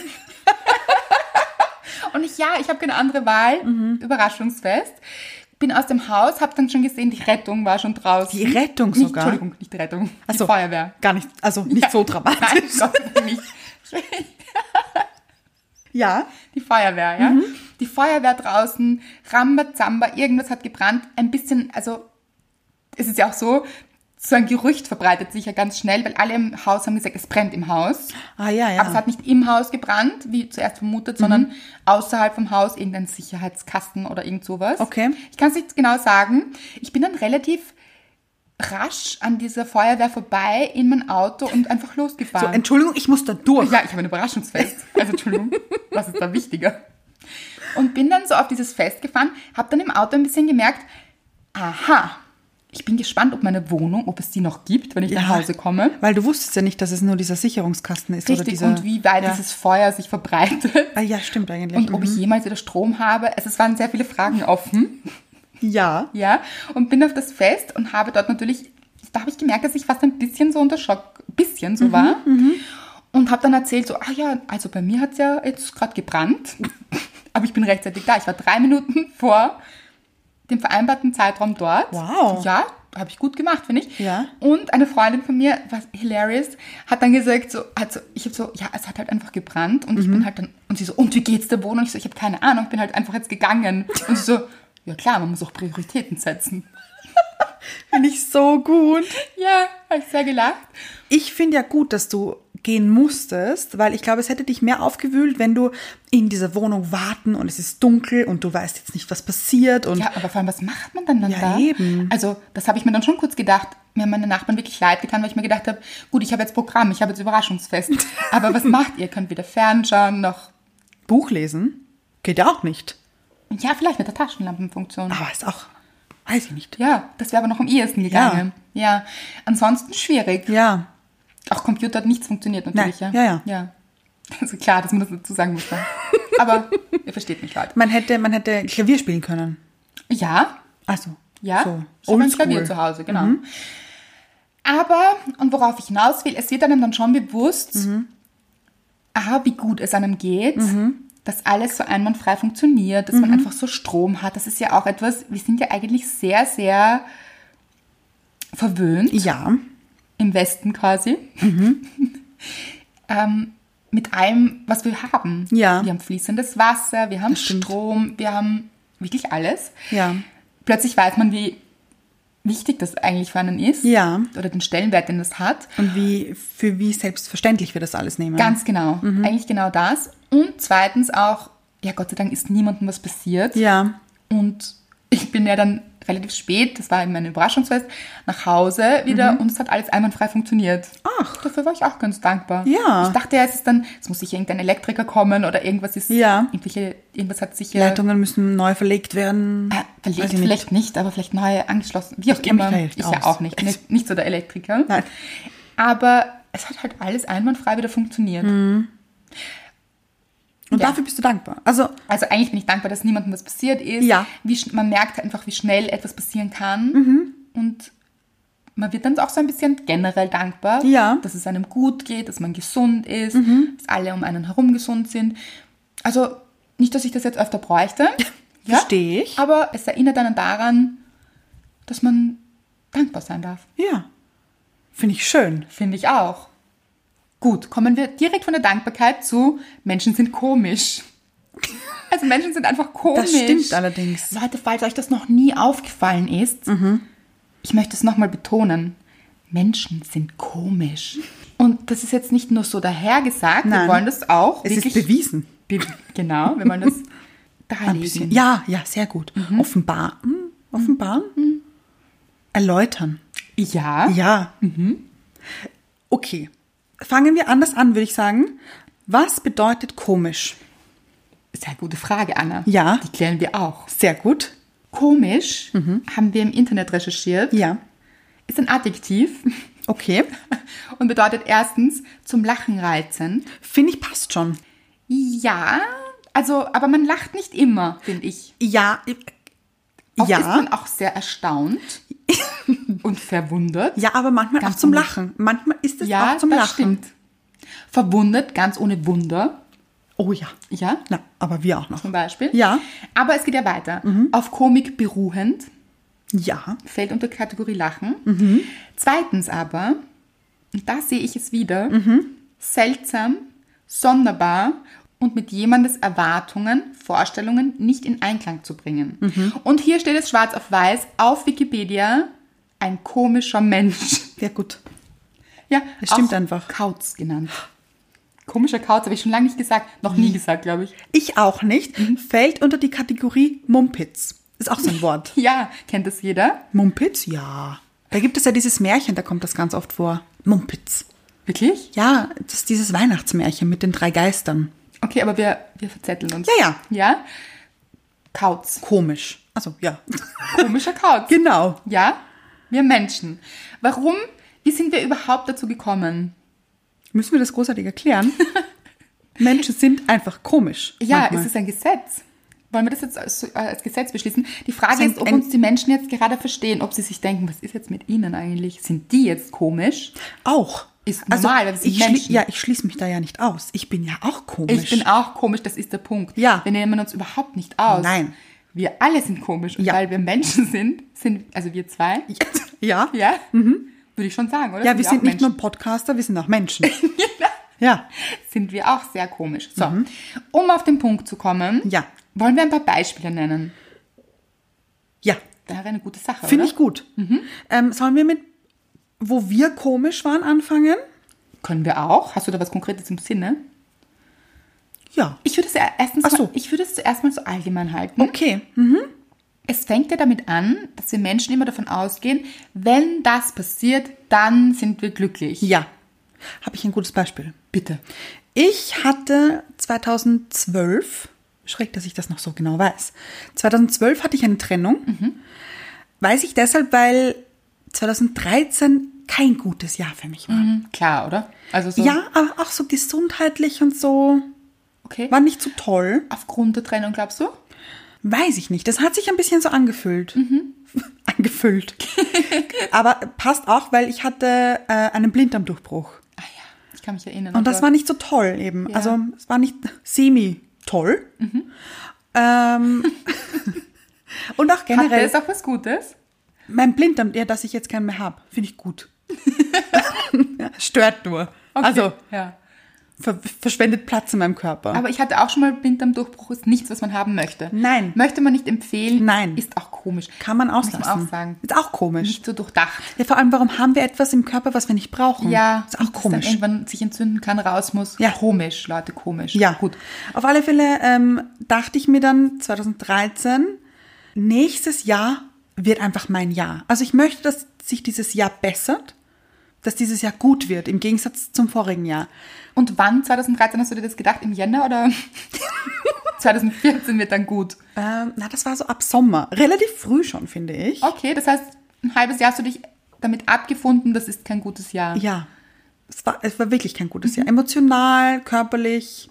Speaker 1: Und ich, ja, ich habe keine andere Wahl,
Speaker 2: Mhm.
Speaker 1: Überraschungsfest. Bin aus dem Haus, habe dann schon gesehen, die Rettung war schon draußen.
Speaker 2: Die Rettung
Speaker 1: nicht,
Speaker 2: sogar?
Speaker 1: Entschuldigung, nicht die Rettung,
Speaker 2: Ach so.
Speaker 1: die Feuerwehr.
Speaker 2: Gar nicht, also nicht so
Speaker 1: Nein,
Speaker 2: dramatisch.
Speaker 1: Gott, sei Dank nicht.
Speaker 2: Ja.
Speaker 1: Die Feuerwehr, ja.
Speaker 2: Mhm.
Speaker 1: Die Feuerwehr draußen, Rambazamba, irgendwas hat gebrannt. Ein bisschen, also es ist ja auch so, so ein Gerücht verbreitet sich ja ganz schnell, weil alle im Haus haben gesagt, es brennt im Haus.
Speaker 2: Ah ja, Mhm.
Speaker 1: Aber es hat nicht im Haus gebrannt, wie zuerst vermutet, sondern außerhalb vom Haus irgendein Sicherheitskasten oder irgend sowas.
Speaker 2: Okay.
Speaker 1: Ich kann es nicht genau sagen. Ich bin dann relativ rasch an dieser Feuerwehr vorbei in mein Auto und einfach
Speaker 2: so,
Speaker 1: losgefahren.
Speaker 2: Entschuldigung, ich muss da durch.
Speaker 1: ja, ich habe ein Überraschungsfest. Also Entschuldigung, was ist da wichtiger? Und bin dann so auf dieses Fest gefahren, habe dann im Auto ein bisschen gemerkt, aha, ich bin gespannt, ob meine Wohnung, ob es die noch gibt, wenn ich
Speaker 2: Ja.
Speaker 1: nach Hause komme.
Speaker 2: Weil du wusstest ja nicht, dass es nur dieser Sicherungskasten ist. oder
Speaker 1: Richtig,
Speaker 2: dieser,
Speaker 1: und wie weit
Speaker 2: ja.
Speaker 1: dieses Feuer sich verbreitet.
Speaker 2: Ah ja, stimmt eigentlich.
Speaker 1: Und ob ich jemals wieder Strom habe. Also es waren sehr viele Fragen offen,
Speaker 2: ja.
Speaker 1: ja. Und bin auf das Fest und habe dort natürlich, da habe ich gemerkt, dass ich fast ein bisschen so unter Schock, bisschen so war. Und habe dann erzählt so, ah ja, also bei mir hat es ja jetzt gerade gebrannt. Aber ich bin rechtzeitig da. Ich war drei Minuten vor dem vereinbarten Zeitraum dort.
Speaker 2: Wow.
Speaker 1: Ja, habe ich gut gemacht, finde ich.
Speaker 2: Ja.
Speaker 1: Und eine Freundin von mir, was hilarious, hat dann gesagt, so, hat so, ich habe so, ja, es hat halt einfach gebrannt und
Speaker 2: Mhm.
Speaker 1: ich bin halt dann, und sie so, und wie geht's der Wohnung? Ich so, ich habe keine Ahnung, ich bin halt einfach jetzt gegangen. Und sie so, ja klar, man muss auch Prioritäten setzen.
Speaker 2: Finde ich so gut.
Speaker 1: Ja, habe ich sehr gelacht.
Speaker 2: Ich finde ja gut, dass du gehen musstest, weil ich glaube, es hätte dich mehr aufgewühlt, wenn du in dieser Wohnung warten und es ist dunkel und du weißt jetzt nicht, was passiert und
Speaker 1: Ja, aber vor allem, was macht man dann, dann
Speaker 2: Ja,
Speaker 1: da?
Speaker 2: eben.
Speaker 1: Also, das habe ich mir dann schon kurz gedacht. Mir haben meine Nachbarn wirklich leid getan, weil ich mir gedacht habe, gut, ich habe jetzt Programm, ich habe jetzt Überraschungsfest. Aber was macht ihr? Könnt weder fernschauen noch.
Speaker 2: Buch lesen geht ja auch nicht.
Speaker 1: Ja, vielleicht mit der Taschenlampenfunktion.
Speaker 2: Aber ist auch, weiß ich nicht.
Speaker 1: Ja, das wäre aber noch am ehesten gegangen. Ja. Ansonsten schwierig.
Speaker 2: Ja,
Speaker 1: Auch Computer hat nichts funktioniert natürlich,
Speaker 2: Nein.
Speaker 1: ja.
Speaker 2: Ja,
Speaker 1: ja. Also klar, dass man das dazu sagen muss. ja. Aber ihr versteht mich, Leute.
Speaker 2: man hätte, man hätte Klavier spielen können.
Speaker 1: Ja,
Speaker 2: Also,
Speaker 1: ja.
Speaker 2: so.
Speaker 1: Ich habe ein
Speaker 2: oldschool.
Speaker 1: Klavier zu Hause, genau. Aber, und worauf ich hinaus will, es wird einem dann schon bewusst, aha, wie gut es einem geht, dass alles so einwandfrei funktioniert, dass man einfach so Strom hat. Das ist ja auch etwas, wir sind ja eigentlich sehr, sehr verwöhnt.
Speaker 2: Ja,
Speaker 1: im Westen quasi.
Speaker 2: Mhm.
Speaker 1: ähm, mit allem, was wir haben.
Speaker 2: Ja.
Speaker 1: Wir haben fließendes Wasser, wir haben
Speaker 2: stimmt.
Speaker 1: Strom, wir haben wirklich alles.
Speaker 2: ja.
Speaker 1: Plötzlich weiß man, wie wichtig das eigentlich für einen ist.
Speaker 2: Ja.
Speaker 1: Oder den Stellenwert, den das hat.
Speaker 2: Und wie, für wie selbstverständlich wir das alles nehmen.
Speaker 1: Ganz genau.
Speaker 2: Mhm.
Speaker 1: Eigentlich genau das. Und zweitens auch, ja Gott sei Dank ist niemandem was passiert.
Speaker 2: Ja,
Speaker 1: Und ich bin ja dann relativ spät, das war eben mein Überraschungsfest, nach Hause wieder und es hat alles einwandfrei funktioniert.
Speaker 2: Mhm. Ach.
Speaker 1: Dafür war ich auch ganz dankbar.
Speaker 2: Ja.
Speaker 1: Ich dachte ja, es ist dann, es muss sicher irgendein Elektriker kommen oder irgendwas ist,
Speaker 2: Ja.
Speaker 1: irgendwelche, irgendwas hat sicher,
Speaker 2: Leitungen müssen neu verlegt werden.
Speaker 1: Ah,
Speaker 2: Weiß
Speaker 1: verlegt,
Speaker 2: ich nicht.
Speaker 1: vielleicht nicht, aber vielleicht neu angeschlossen, wie auch
Speaker 2: kenn mich
Speaker 1: immer.
Speaker 2: da nicht
Speaker 1: ich
Speaker 2: aus.
Speaker 1: ja auch nicht, nicht, nicht so der Elektriker.
Speaker 2: Nein.
Speaker 1: Aber es hat halt alles einwandfrei wieder funktioniert.
Speaker 2: Und
Speaker 1: Ja.
Speaker 2: dafür bist du dankbar. Also,
Speaker 1: Also eigentlich bin ich dankbar, dass niemandem was passiert ist.
Speaker 2: Ja.
Speaker 1: Wie, schn- man merkt halt einfach, wie schnell etwas passieren kann.
Speaker 2: Mhm.
Speaker 1: Und man wird dann auch so ein bisschen generell dankbar,
Speaker 2: Ja. Mhm.
Speaker 1: dass es einem gut geht, dass man gesund ist, dass alle um einen herum gesund sind. Also nicht, dass ich das jetzt öfter bräuchte. ja,
Speaker 2: Versteh ich.
Speaker 1: Aber es erinnert einen daran, dass man dankbar sein darf.
Speaker 2: ja. Finde ich schön.
Speaker 1: Finde ich auch. Gut, kommen wir direkt von der Dankbarkeit zu Menschen sind komisch. Also Menschen sind einfach komisch.
Speaker 2: Das stimmt allerdings. Mhm.
Speaker 1: Leute, falls euch das noch nie aufgefallen ist, ich möchte es nochmal betonen. Menschen sind komisch. Und das ist jetzt nicht nur so dahergesagt,
Speaker 2: Nein.
Speaker 1: wir wollen das auch.
Speaker 2: Es ist bewiesen.
Speaker 1: Be genau, wir wollen das
Speaker 2: Ein bisschen.
Speaker 1: darlegen.
Speaker 2: Ja, ja, sehr gut.
Speaker 1: Mhm.
Speaker 2: Offenbar. Hm, Offenbar. Erläutern.
Speaker 1: Ja.
Speaker 2: Ja. Mhm. Okay. Fangen wir anders an, würde ich sagen. Was bedeutet komisch?
Speaker 1: Sehr gute Frage, Anna.
Speaker 2: Ja.
Speaker 1: Die klären wir auch.
Speaker 2: Sehr gut. Mhm.
Speaker 1: Komisch haben wir im Internet recherchiert.
Speaker 2: Ja.
Speaker 1: ist ein Adjektiv
Speaker 2: Okay.
Speaker 1: und bedeutet erstens zum Lachen reizen.
Speaker 2: Finde ich passt schon.
Speaker 1: Ja, also, aber man lacht nicht immer, finde ich.
Speaker 2: Ja.
Speaker 1: Oft ist
Speaker 2: Ja.
Speaker 1: man auch sehr erstaunt und verwundert.
Speaker 2: Ja, aber manchmal
Speaker 1: Ganz
Speaker 2: auch zum
Speaker 1: normal.
Speaker 2: Lachen. Manchmal ist es
Speaker 1: Ja,
Speaker 2: auch zum
Speaker 1: das
Speaker 2: Lachen.
Speaker 1: stimmt. Verwundert, ganz ohne Wunder.
Speaker 2: Oh ja.
Speaker 1: Ja,
Speaker 2: Na, aber wir auch noch.
Speaker 1: zum Beispiel.
Speaker 2: Ja. Mhm.
Speaker 1: Aber es geht ja weiter. Auf Komik beruhend,
Speaker 2: Ja.
Speaker 1: fällt unter Kategorie Lachen.
Speaker 2: Mhm.
Speaker 1: Zweitens aber, und da sehe ich es wieder, seltsam, sonderbar und mit jemandes Erwartungen, Vorstellungen nicht in Einklang zu bringen.
Speaker 2: Mhm.
Speaker 1: Und hier steht es schwarz auf weiß auf Wikipedia, ein komischer Mensch.
Speaker 2: Ja, gut.
Speaker 1: Ja,
Speaker 2: Das stimmt
Speaker 1: auch
Speaker 2: einfach.
Speaker 1: Kauz genannt. Komischer Kauz habe ich schon lange nicht gesagt, noch
Speaker 2: Mhm.
Speaker 1: nie gesagt, glaube ich.
Speaker 2: Ich auch nicht. Fällt unter die Kategorie Mumpitz. Ist auch so ein Wort.
Speaker 1: Ja, kennt das jeder?
Speaker 2: Mumpitz? Ja. Da gibt es ja dieses Märchen, da kommt das ganz oft vor. Mumpitz.
Speaker 1: Wirklich?
Speaker 2: Ja, das ist dieses Weihnachtsmärchen mit den drei Geistern.
Speaker 1: Okay, aber wir, wir verzetteln uns.
Speaker 2: Ja, ja.
Speaker 1: Ja? Kauz.
Speaker 2: Komisch. Also, ja.
Speaker 1: Komischer Kauz.
Speaker 2: Genau.
Speaker 1: Ja, wir Menschen. Warum? Wie sind wir überhaupt dazu gekommen?
Speaker 2: Müssen wir das großartig erklären? Menschen sind einfach komisch.
Speaker 1: Ja,
Speaker 2: manchmal.
Speaker 1: ist es ein Gesetz? Wollen wir das jetzt als, äh, als Gesetz beschließen? Die Frage
Speaker 2: Sind
Speaker 1: ist, ob
Speaker 2: ein-
Speaker 1: uns die Menschen jetzt gerade verstehen, ob sie sich denken, was ist jetzt mit ihnen eigentlich? Sind die jetzt komisch?
Speaker 2: auch. Also,
Speaker 1: Ist normal, weil wir sind
Speaker 2: ich schlie-
Speaker 1: Menschen.
Speaker 2: Ja, ich schließe mich da ja nicht aus. Ich bin ja auch komisch.
Speaker 1: Ich bin auch komisch, das ist der Punkt.
Speaker 2: Ja.
Speaker 1: Wir nehmen uns überhaupt nicht aus.
Speaker 2: Nein.
Speaker 1: Wir alle sind komisch. Und
Speaker 2: Ja.
Speaker 1: weil wir Menschen sind, sind, also wir zwei,
Speaker 2: Ja. Mhm.
Speaker 1: ja, würde ich schon sagen, oder?
Speaker 2: Ja, wir sind
Speaker 1: auch
Speaker 2: nicht
Speaker 1: Menschen?
Speaker 2: nur Podcaster, wir sind auch Menschen. ja.
Speaker 1: Sind wir auch sehr komisch. So, um auf den Punkt zu kommen,
Speaker 2: Mhm. Ja.
Speaker 1: wollen wir ein paar Beispiele nennen.
Speaker 2: Ja.
Speaker 1: Wäre eine gute Sache,
Speaker 2: Finde
Speaker 1: oder?
Speaker 2: ich gut. Ähm, sollen wir mit, wo wir komisch waren, anfangen?
Speaker 1: Können wir auch. Hast du da was Konkretes im Sinne?
Speaker 2: Ja.
Speaker 1: Ich würde es ja erstens
Speaker 2: Ach so.
Speaker 1: mal, ich würde es zuerst mal so allgemein halten.
Speaker 2: Okay. Hm.
Speaker 1: Es fängt ja damit an, dass wir Menschen immer davon ausgehen, wenn das passiert, dann sind wir glücklich.
Speaker 2: Ja. Habe ich ein gutes Beispiel.
Speaker 1: Bitte.
Speaker 2: Ich hatte 2012, schräg, dass ich das noch so genau weiß. 2012 hatte ich eine Trennung. Weiß ich deshalb, weil 2013 kein gutes Jahr für mich war.
Speaker 1: Mhm, Klar, oder? Also so,
Speaker 2: Ja, aber auch so gesundheitlich und so
Speaker 1: okay.
Speaker 2: war nicht so toll.
Speaker 1: Aufgrund der Trennung, glaubst du?
Speaker 2: Weiß ich nicht. Das hat sich ein bisschen so angefüllt.
Speaker 1: Mhm.
Speaker 2: angefüllt. aber passt auch, weil ich hatte äh, einen Blinddarmdurchbruch.
Speaker 1: Ah ja, ich kann mich erinnern.
Speaker 2: Und das
Speaker 1: aber-
Speaker 2: war nicht so toll eben. Also es war nicht semi-toll.
Speaker 1: Mhm.
Speaker 2: Ähm, und auch
Speaker 1: Hat
Speaker 2: generell,
Speaker 1: das auch was Gutes?
Speaker 2: mein Blinddarm, ja, dass ich jetzt keinen mehr habe, finde ich gut. Stört nur.
Speaker 1: Okay,
Speaker 2: Also
Speaker 1: ja.
Speaker 2: ver verschwendet Platz in meinem Körper.
Speaker 1: Aber ich hatte auch schon mal Blinddarmdurchbruch, ist nichts, was man haben möchte.
Speaker 2: Nein.
Speaker 1: Möchte man nicht empfehlen.
Speaker 2: Nein.
Speaker 1: Ist auch komisch.
Speaker 2: Kann man
Speaker 1: Muss
Speaker 2: auslassen.
Speaker 1: auch sagen. Mhm.
Speaker 2: Ist auch komisch.
Speaker 1: Nicht so durchdacht.
Speaker 2: Ja, vor allem, warum haben wir etwas im Körper, was wir nicht brauchen?
Speaker 1: Ja.
Speaker 2: Ist auch
Speaker 1: dass Dann
Speaker 2: komisch.
Speaker 1: irgendwann sich entzünden kann, raus muss.
Speaker 2: Ja.
Speaker 1: Komisch, Leute, komisch.
Speaker 2: Ja,
Speaker 1: Gut.
Speaker 2: gut. Auf alle Fälle ähm, dachte ich mir dann 2013, nächstes Jahr wird einfach mein Jahr. Also ich möchte, dass sich dieses Jahr bessert, dass dieses Jahr gut wird, im Gegensatz zum vorigen Jahr.
Speaker 1: Und wann 2013 hast du dir das gedacht? Im Jänner oder 2014 wird dann gut?
Speaker 2: Ähm, na, das war so ab Sommer. Relativ früh schon, finde ich.
Speaker 1: Okay, das heißt, ein halbes Jahr hast du dich damit abgefunden, das ist kein gutes Jahr.
Speaker 2: Ja, es war, es war wirklich kein gutes Jahr. Emotional, körperlich,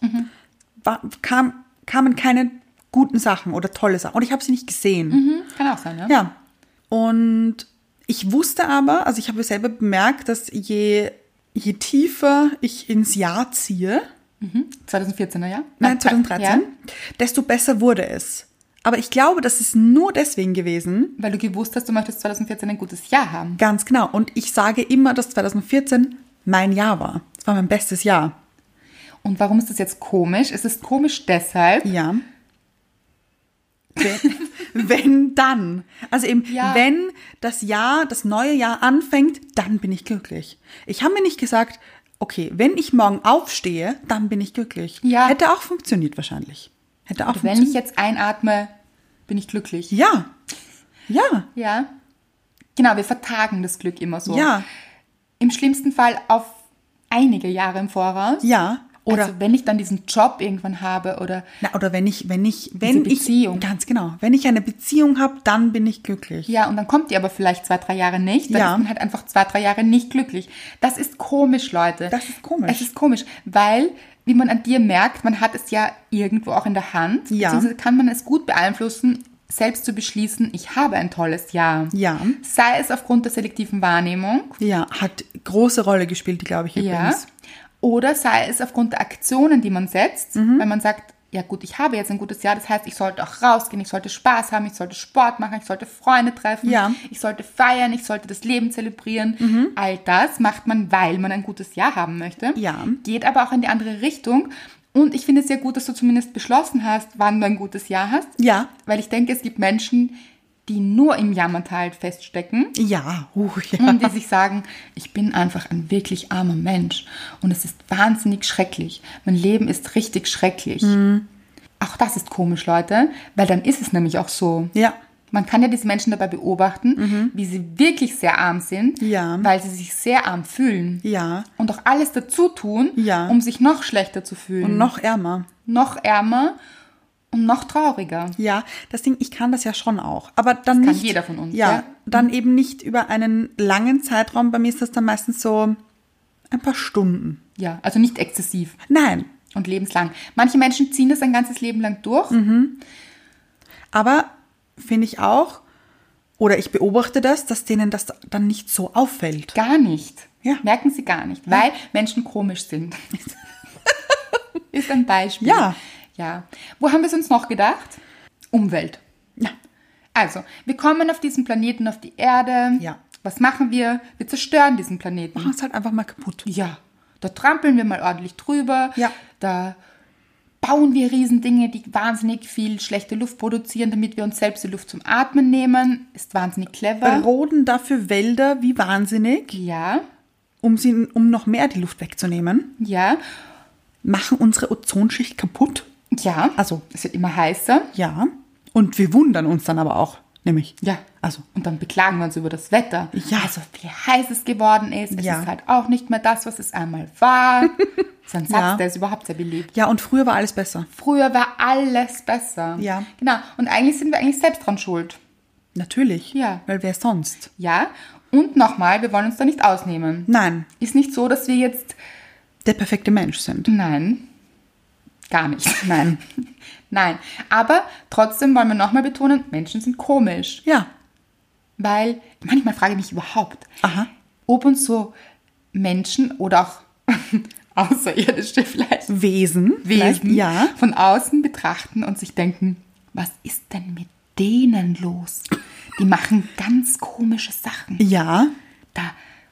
Speaker 2: war, kam, kamen keine guten Sachen oder tolle Sachen. Und ich habe sie nicht gesehen.
Speaker 1: Mhm, kann auch sein, ja?
Speaker 2: Ja. Und ich wusste aber, also ich habe selber bemerkt, dass je, je tiefer ich ins Jahr ziehe,
Speaker 1: Mhm. 2014er, ja?
Speaker 2: nein, 2013,
Speaker 1: Ja,
Speaker 2: desto besser wurde es. Aber ich glaube, das ist nur deswegen gewesen.
Speaker 1: weil du gewusst hast, du möchtest 2014 ein gutes Jahr haben.
Speaker 2: Ganz genau. Und ich sage immer, dass 2014 mein Jahr war. Es war mein bestes Jahr.
Speaker 1: Und warum ist das jetzt komisch? Es ist komisch deshalb,
Speaker 2: Ja. Wenn, wenn dann. Also eben,
Speaker 1: Ja.
Speaker 2: wenn das Jahr, das neue Jahr anfängt, dann bin ich glücklich. Ich habe mir nicht gesagt, okay, wenn ich morgen aufstehe, dann bin ich glücklich.
Speaker 1: Ja.
Speaker 2: Hätte auch funktioniert wahrscheinlich. Hätte auch
Speaker 1: wenn ich
Speaker 2: funktioniert.
Speaker 1: jetzt einatme, bin ich glücklich.
Speaker 2: ja. Ja.
Speaker 1: Ja. Genau, wir vertagen das Glück immer so.
Speaker 2: Ja.
Speaker 1: Im schlimmsten Fall auf einige Jahre im Voraus.
Speaker 2: Ja. Oder-
Speaker 1: also wenn ich dann diesen Job irgendwann habe oder
Speaker 2: Na, oder wenn ich, wenn ich, wenn ich,
Speaker 1: Beziehung.
Speaker 2: ganz genau, wenn ich eine Beziehung habe, dann bin ich glücklich.
Speaker 1: ja, und dann kommt die aber vielleicht zwei, drei Jahre nicht, dann
Speaker 2: Ja.
Speaker 1: ist man halt einfach zwei, drei Jahre nicht glücklich. Das ist komisch, Leute.
Speaker 2: Das ist komisch.
Speaker 1: Es ist komisch, weil, wie man an dir merkt, man hat es ja irgendwo auch in der Hand,
Speaker 2: Ja.
Speaker 1: beziehungsweise kann man es gut beeinflussen, selbst zu beschließen, ich habe ein tolles Jahr.
Speaker 2: Ja.
Speaker 1: Sei es aufgrund der selektiven Wahrnehmung,
Speaker 2: Ja, hat große Rolle gespielt, glaube ich
Speaker 1: Ja.
Speaker 2: übrigens.
Speaker 1: Oder sei es aufgrund der Aktionen, die man setzt,
Speaker 2: Mhm.
Speaker 1: wenn man sagt, ja gut, ich habe jetzt ein gutes Jahr, das heißt, ich sollte auch rausgehen, ich sollte Spaß haben, ich sollte Sport machen, ich sollte Freunde treffen,
Speaker 2: Ja. Mhm.
Speaker 1: ich sollte feiern, ich sollte das Leben zelebrieren. All das macht man, weil man ein gutes Jahr haben möchte.
Speaker 2: Ja.
Speaker 1: Geht aber auch in die andere Richtung. Und ich finde es sehr gut, dass du zumindest beschlossen hast, wann du ein gutes Jahr hast.
Speaker 2: Ja.
Speaker 1: Weil ich denke, es gibt Menschen, die nur im Jammertal feststecken
Speaker 2: Ja, uh, ja.
Speaker 1: und die sich sagen, ich bin einfach ein wirklich armer Mensch und es ist wahnsinnig schrecklich. Mein Leben ist richtig schrecklich.
Speaker 2: Mhm.
Speaker 1: Auch das ist komisch, Leute, weil dann ist es nämlich auch so.
Speaker 2: Ja.
Speaker 1: Man kann ja diese Menschen dabei beobachten, wie sie wirklich sehr arm sind,
Speaker 2: Mhm. Ja.
Speaker 1: weil sie sich sehr arm fühlen.
Speaker 2: Ja.
Speaker 1: Und auch alles dazu tun,
Speaker 2: Ja.
Speaker 1: um sich noch schlechter zu fühlen.
Speaker 2: Und noch ärmer.
Speaker 1: noch ärmer und noch trauriger.
Speaker 2: Ja, das Ding, ich kann das ja schon auch. Aber dann
Speaker 1: kann
Speaker 2: nicht,
Speaker 1: jeder von uns,
Speaker 2: Ja,
Speaker 1: ja.
Speaker 2: dann eben nicht über einen langen Zeitraum. Bei mir ist das dann meistens so ein paar Stunden.
Speaker 1: Ja, also nicht exzessiv.
Speaker 2: Nein,
Speaker 1: Und lebenslang. Manche Menschen ziehen das ein ganzes Leben lang
Speaker 2: Mhm.
Speaker 1: durch.
Speaker 2: aber finde ich auch, oder ich beobachte das, dass denen das dann nicht so auffällt.
Speaker 1: Gar nicht.
Speaker 2: Ja.
Speaker 1: Merken sie gar nicht, weil Menschen komisch sind. Ist ein Beispiel.
Speaker 2: Ja.
Speaker 1: Ja. Wo haben wir es uns noch gedacht? Umwelt.
Speaker 2: Ja.
Speaker 1: Also, wir kommen auf diesen Planeten, auf die Erde.
Speaker 2: Ja.
Speaker 1: Was machen wir? Wir zerstören diesen Planeten.
Speaker 2: Machen es halt einfach mal kaputt.
Speaker 1: Ja. Da trampeln wir mal ordentlich drüber.
Speaker 2: Ja.
Speaker 1: Da bauen wir Riesendinge, die wahnsinnig viel schlechte Luft produzieren, damit wir uns selbst die Luft zum Atmen nehmen. Ist wahnsinnig clever.
Speaker 2: Roden dafür Wälder wie wahnsinnig,
Speaker 1: Ja.
Speaker 2: um, sie, um noch mehr die Luft wegzunehmen.
Speaker 1: Ja.
Speaker 2: Machen unsere Ozonschicht kaputt.
Speaker 1: Ja.
Speaker 2: Also.
Speaker 1: es wird immer heißer.
Speaker 2: Ja. Und wir wundern uns dann aber auch, nämlich.
Speaker 1: Ja.
Speaker 2: Also.
Speaker 1: Und dann beklagen wir uns über das Wetter.
Speaker 2: Ja.
Speaker 1: Also, wie heiß es geworden ist. Es
Speaker 2: Ja.
Speaker 1: ist halt auch nicht mehr das, was es einmal war. so ein Satz,
Speaker 2: Ja.
Speaker 1: der ist überhaupt sehr beliebt.
Speaker 2: Ja, und früher war alles besser.
Speaker 1: Früher war alles besser.
Speaker 2: Ja.
Speaker 1: Genau. Und eigentlich sind wir eigentlich selbst dran schuld.
Speaker 2: Natürlich.
Speaker 1: Ja.
Speaker 2: Weil wer sonst?
Speaker 1: Ja. Und nochmal, wir wollen uns da nicht ausnehmen.
Speaker 2: Nein,
Speaker 1: Ist nicht so, dass wir jetzt.
Speaker 2: der perfekte Mensch sind.
Speaker 1: Nein. Gar nicht. Nein. Nein. Aber trotzdem wollen wir nochmal betonen, Menschen sind komisch.
Speaker 2: Ja.
Speaker 1: Weil manchmal frage ich mich überhaupt,
Speaker 2: Aha.
Speaker 1: ob uns so Menschen oder auch Außerirdische vielleicht
Speaker 2: Wesen. vielleicht,
Speaker 1: Wesen
Speaker 2: Ja.
Speaker 1: von außen betrachten und sich denken, was ist denn mit denen los? Die machen ganz komische Sachen.
Speaker 2: Ja.
Speaker 1: Da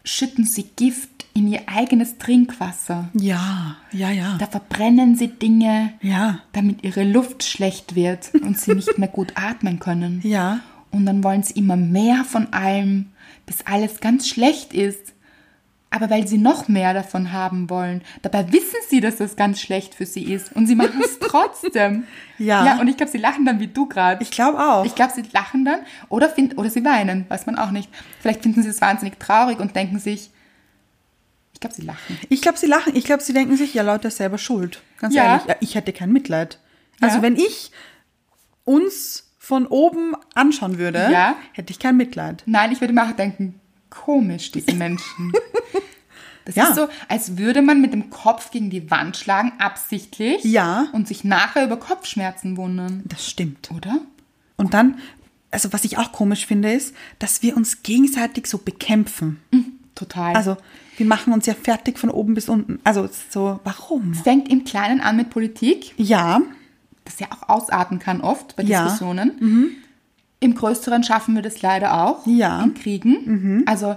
Speaker 1: schütten sie Gift in ihr eigenes Trinkwasser.
Speaker 2: Ja. Ja, ja.
Speaker 1: Da verbrennen sie Dinge,
Speaker 2: Ja.
Speaker 1: damit ihre Luft schlecht wird und sie nicht mehr gut atmen können.
Speaker 2: Ja.
Speaker 1: Und dann wollen sie immer mehr von allem, bis alles ganz schlecht ist. Aber weil sie noch mehr davon haben wollen, dabei wissen sie, dass das ganz schlecht für sie ist und sie machen es trotzdem.
Speaker 2: Ja.
Speaker 1: Ja, und ich glaube, sie lachen dann wie du gerade.
Speaker 2: Ich glaube auch.
Speaker 1: Ich glaube, sie lachen dann oder, find, oder sie weinen, weiß man auch nicht. Vielleicht finden sie es wahnsinnig traurig und denken sich, ich glaube, sie lachen.
Speaker 2: Ich glaube, sie lachen. Ich glaube, sie denken sich, ja, Leute, ist selber schuld. Ganz
Speaker 1: Ja.
Speaker 2: ehrlich, ja, ich hätte kein Mitleid. Also,
Speaker 1: Ja.
Speaker 2: wenn ich uns von oben anschauen würde,
Speaker 1: Ja.
Speaker 2: hätte ich kein Mitleid.
Speaker 1: Nein, ich würde mir auch denken, komisch, diese Menschen. Das
Speaker 2: Ja.
Speaker 1: ist so, als würde man mit dem Kopf gegen die Wand schlagen, absichtlich.
Speaker 2: Ja.
Speaker 1: Und sich nachher über Kopfschmerzen wundern.
Speaker 2: Das stimmt.
Speaker 1: Oder?
Speaker 2: Und dann, also, was ich auch komisch finde, ist, dass wir uns gegenseitig so bekämpfen.
Speaker 1: Total.
Speaker 2: Also, wir machen uns ja fertig von oben bis unten. Also, es ist so, warum?
Speaker 1: es fängt im Kleinen an mit Politik,
Speaker 2: Ja,
Speaker 1: das ja auch ausarten kann oft bei
Speaker 2: Ja. Mhm.
Speaker 1: Diskussionen. Im Größeren schaffen wir das leider auch.
Speaker 2: Ja. Mhm.
Speaker 1: In Kriegen. Also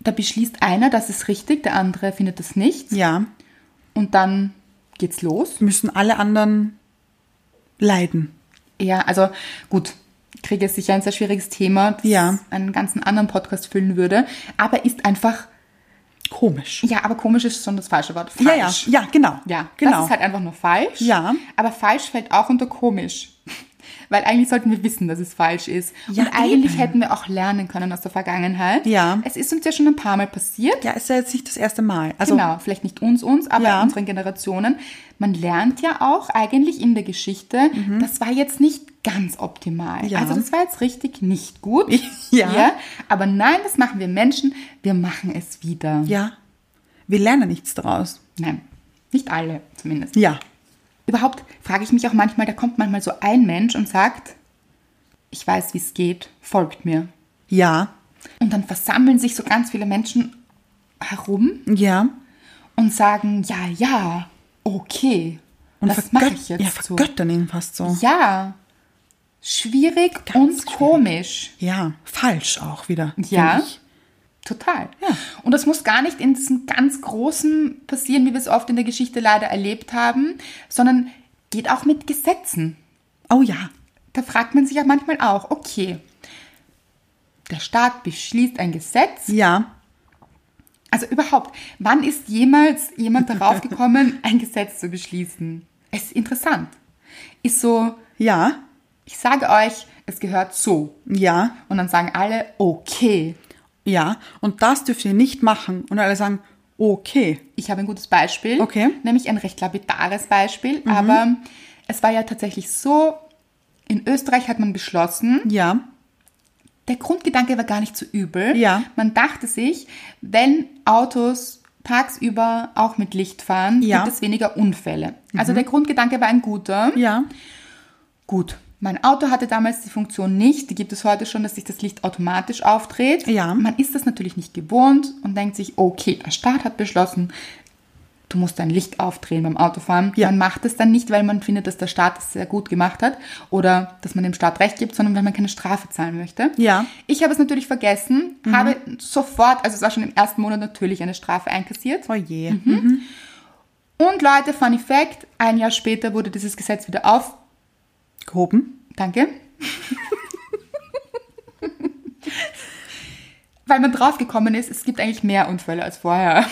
Speaker 1: da beschließt einer, das ist richtig, der andere findet das nicht.
Speaker 2: ja,
Speaker 1: Und dann geht's los.
Speaker 2: müssen alle anderen leiden.
Speaker 1: Ja, also gut, Krieg ist sicher ein sehr schwieriges Thema, das
Speaker 2: Ja.
Speaker 1: einen ganzen anderen Podcast füllen würde, aber ist einfach,
Speaker 2: Komisch.
Speaker 1: ja, aber komisch ist schon das falsche Wort.
Speaker 2: Ja, ja,
Speaker 1: Falsch.
Speaker 2: ja, genau.
Speaker 1: Ja,
Speaker 2: genau.
Speaker 1: das ist halt einfach nur falsch.
Speaker 2: Ja.
Speaker 1: Aber falsch fällt auch unter komisch. weil eigentlich sollten wir wissen, dass es falsch ist.
Speaker 2: Ja,
Speaker 1: und eigentlich
Speaker 2: eben.
Speaker 1: hätten wir auch lernen können aus der Vergangenheit.
Speaker 2: Ja.
Speaker 1: Es ist uns ja schon ein paar Mal passiert.
Speaker 2: Ja, ist ja jetzt nicht das erste Mal. Also,
Speaker 1: genau, vielleicht nicht uns, uns, aber
Speaker 2: Ja.
Speaker 1: unseren Generationen. Man lernt ja auch eigentlich in der Geschichte, das war jetzt nicht ganz optimal.
Speaker 2: Mhm. Ja.
Speaker 1: Also das war jetzt richtig nicht gut.
Speaker 2: Ja.
Speaker 1: Aber nein, das machen wir Menschen. Wir machen es wieder.
Speaker 2: Ja. Wir lernen nichts daraus.
Speaker 1: Nein, nicht alle zumindest.
Speaker 2: Ja.
Speaker 1: Überhaupt frage ich mich auch manchmal, da kommt manchmal so ein Mensch und sagt, ich weiß, wie es geht, folgt mir.
Speaker 2: Ja.
Speaker 1: Und dann versammeln sich so ganz viele Menschen herum
Speaker 2: Ja.
Speaker 1: und sagen, ja, ja, okay,
Speaker 2: Und
Speaker 1: das mache
Speaker 2: vergött-
Speaker 1: ich jetzt
Speaker 2: Ja,
Speaker 1: so.
Speaker 2: vergöttern ihn fast so.
Speaker 1: Ja, schwierig
Speaker 2: Ganz
Speaker 1: und
Speaker 2: schwierig.
Speaker 1: komisch.
Speaker 2: Ja. Falsch auch wieder.
Speaker 1: Ja.
Speaker 2: finde ich.
Speaker 1: Total.
Speaker 2: Ja.
Speaker 1: Und das muss gar nicht in diesem ganz Großen passieren, wie wir es oft in der Geschichte leider erlebt haben, sondern geht auch mit Gesetzen.
Speaker 2: Oh ja.
Speaker 1: Da fragt man sich ja manchmal auch, okay, der Staat beschließt ein Gesetz.
Speaker 2: Ja.
Speaker 1: Also überhaupt, wann ist jemals jemand darauf gekommen, ein Gesetz zu beschließen? Es ist interessant. Ist so,
Speaker 2: Ja.
Speaker 1: ich sage euch, es gehört so.
Speaker 2: Ja.
Speaker 1: Und dann sagen alle, okay.
Speaker 2: Ja. Und das dürft ihr nicht machen. Und alle sagen, okay.
Speaker 1: Ich habe ein gutes Beispiel,
Speaker 2: Okay. Mhm.
Speaker 1: nämlich ein recht lapidares Beispiel, aber es war ja tatsächlich so, in Österreich hat man beschlossen,
Speaker 2: Ja.
Speaker 1: der Grundgedanke war gar nicht so übel.
Speaker 2: Ja.
Speaker 1: Man dachte sich, wenn Autos tagsüber auch mit Licht fahren,
Speaker 2: Ja. Mhm.
Speaker 1: gibt es weniger Unfälle. Also der Grundgedanke war ein guter.
Speaker 2: Ja.
Speaker 1: Gut. Mein Auto hatte damals die Funktion nicht, die gibt es heute schon, dass sich das Licht automatisch aufdreht.
Speaker 2: Ja.
Speaker 1: Man ist das natürlich nicht gewohnt und denkt sich, okay, der Staat hat beschlossen, du musst dein Licht aufdrehen beim Autofahren.
Speaker 2: Ja.
Speaker 1: Man macht es dann nicht, weil man findet, dass der Staat es sehr gut gemacht hat oder dass man dem Staat recht gibt, sondern weil man keine Strafe zahlen möchte.
Speaker 2: Ja. Mhm.
Speaker 1: Ich habe es natürlich vergessen, habe sofort, also es war schon im ersten Monat natürlich eine Strafe einkassiert.
Speaker 2: Oh je.
Speaker 1: Und Leute, Funny Fact, ein Jahr später wurde dieses Gesetz wieder auf,
Speaker 2: Gehoben.
Speaker 1: Danke. Weil man draufgekommen ist, es gibt eigentlich mehr Unfälle als vorher.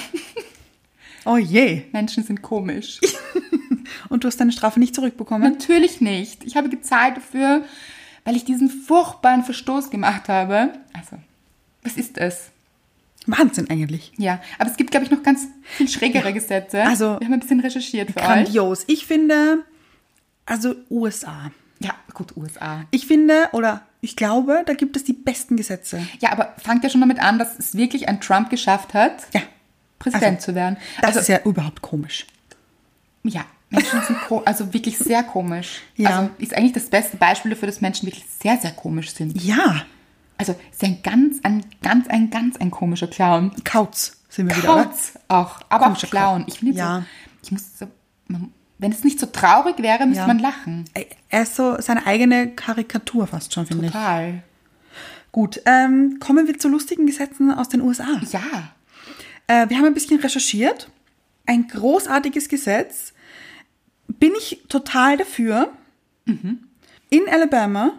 Speaker 2: Oh je.
Speaker 1: Menschen sind komisch.
Speaker 2: Und du hast deine Strafe nicht zurückbekommen?
Speaker 1: Natürlich nicht. Ich habe gezahlt dafür, weil ich diesen furchtbaren Verstoß gemacht habe. Also, was ist es?
Speaker 2: Wahnsinn eigentlich.
Speaker 1: Ja, aber es gibt, glaube ich, noch ganz viel schrägere Gesetze.
Speaker 2: also-
Speaker 1: wir haben ein bisschen recherchiert für euch.
Speaker 2: Grandios. Ich finde, also USA.
Speaker 1: Ja, gut, USA.
Speaker 2: Ich finde, oder ich glaube, da gibt es die besten Gesetze.
Speaker 1: Ja, aber fangt ja schon damit an, dass es wirklich ein Trump geschafft hat,
Speaker 2: Ja.
Speaker 1: Präsident
Speaker 2: Also,
Speaker 1: zu werden.
Speaker 2: Das ist ja überhaupt komisch.
Speaker 1: Ja, Menschen sind ko also wirklich sehr komisch.
Speaker 2: Ja.
Speaker 1: Also ist eigentlich das beste Beispiel dafür, dass Menschen wirklich sehr, sehr komisch sind.
Speaker 2: Ja.
Speaker 1: Also ist ein ganz, ein ganz, ein ganz, ein komischer Clown.
Speaker 2: Kauz sind wir wieder, oder?
Speaker 1: Kauz auch, aber auch
Speaker 2: Komischer
Speaker 1: Clown.
Speaker 2: Clown.
Speaker 1: Ich finde
Speaker 2: Ja.
Speaker 1: so, ich muss so, man, wenn es nicht so traurig wäre, müsste
Speaker 2: Ja.
Speaker 1: man lachen.
Speaker 2: Er ist so seine eigene Karikatur fast schon, finde ich.
Speaker 1: Total.
Speaker 2: Gut, ähm, kommen wir zu lustigen Gesetzen aus den USA.
Speaker 1: Ja.
Speaker 2: Äh, wir haben ein bisschen recherchiert. Ein großartiges Gesetz. Bin ich total dafür.
Speaker 1: Mhm.
Speaker 2: In Alabama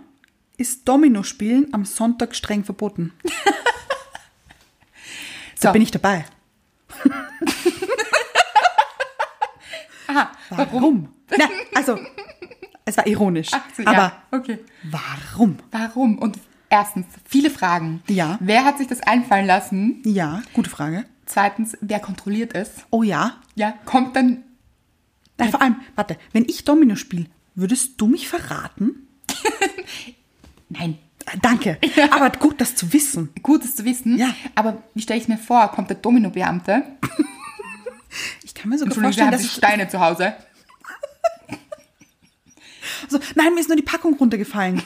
Speaker 2: ist Domino-Spielen am Sonntag streng verboten.
Speaker 1: So.
Speaker 2: Da bin ich dabei.
Speaker 1: Aha.
Speaker 2: Warum? Na, also, es war ironisch.
Speaker 1: Ach so, ja.
Speaker 2: aber
Speaker 1: okay.
Speaker 2: warum?
Speaker 1: Warum? Und erstens, viele Fragen.
Speaker 2: Ja.
Speaker 1: Wer hat sich das einfallen lassen?
Speaker 2: Ja, gute Frage.
Speaker 1: Zweitens, wer kontrolliert es?
Speaker 2: Oh ja.
Speaker 1: Ja. Kommt dann
Speaker 2: Nein, vor allem, warte, wenn ich Domino spiele, würdest du mich verraten?
Speaker 1: Nein.
Speaker 2: Ah, Danke. Aber gut, das zu wissen.
Speaker 1: Gut, das zu wissen.
Speaker 2: Ja.
Speaker 1: Aber wie stelle ich es mir vor? Kommt der Domino-Beamte?
Speaker 2: Ich kann mir sogar
Speaker 1: Entschuldigung, wir
Speaker 2: vorstellen,
Speaker 1: haben
Speaker 2: dass
Speaker 1: die
Speaker 2: ich
Speaker 1: Steine zu Hause.
Speaker 2: so, nein, mir ist nur die Packung runtergefallen.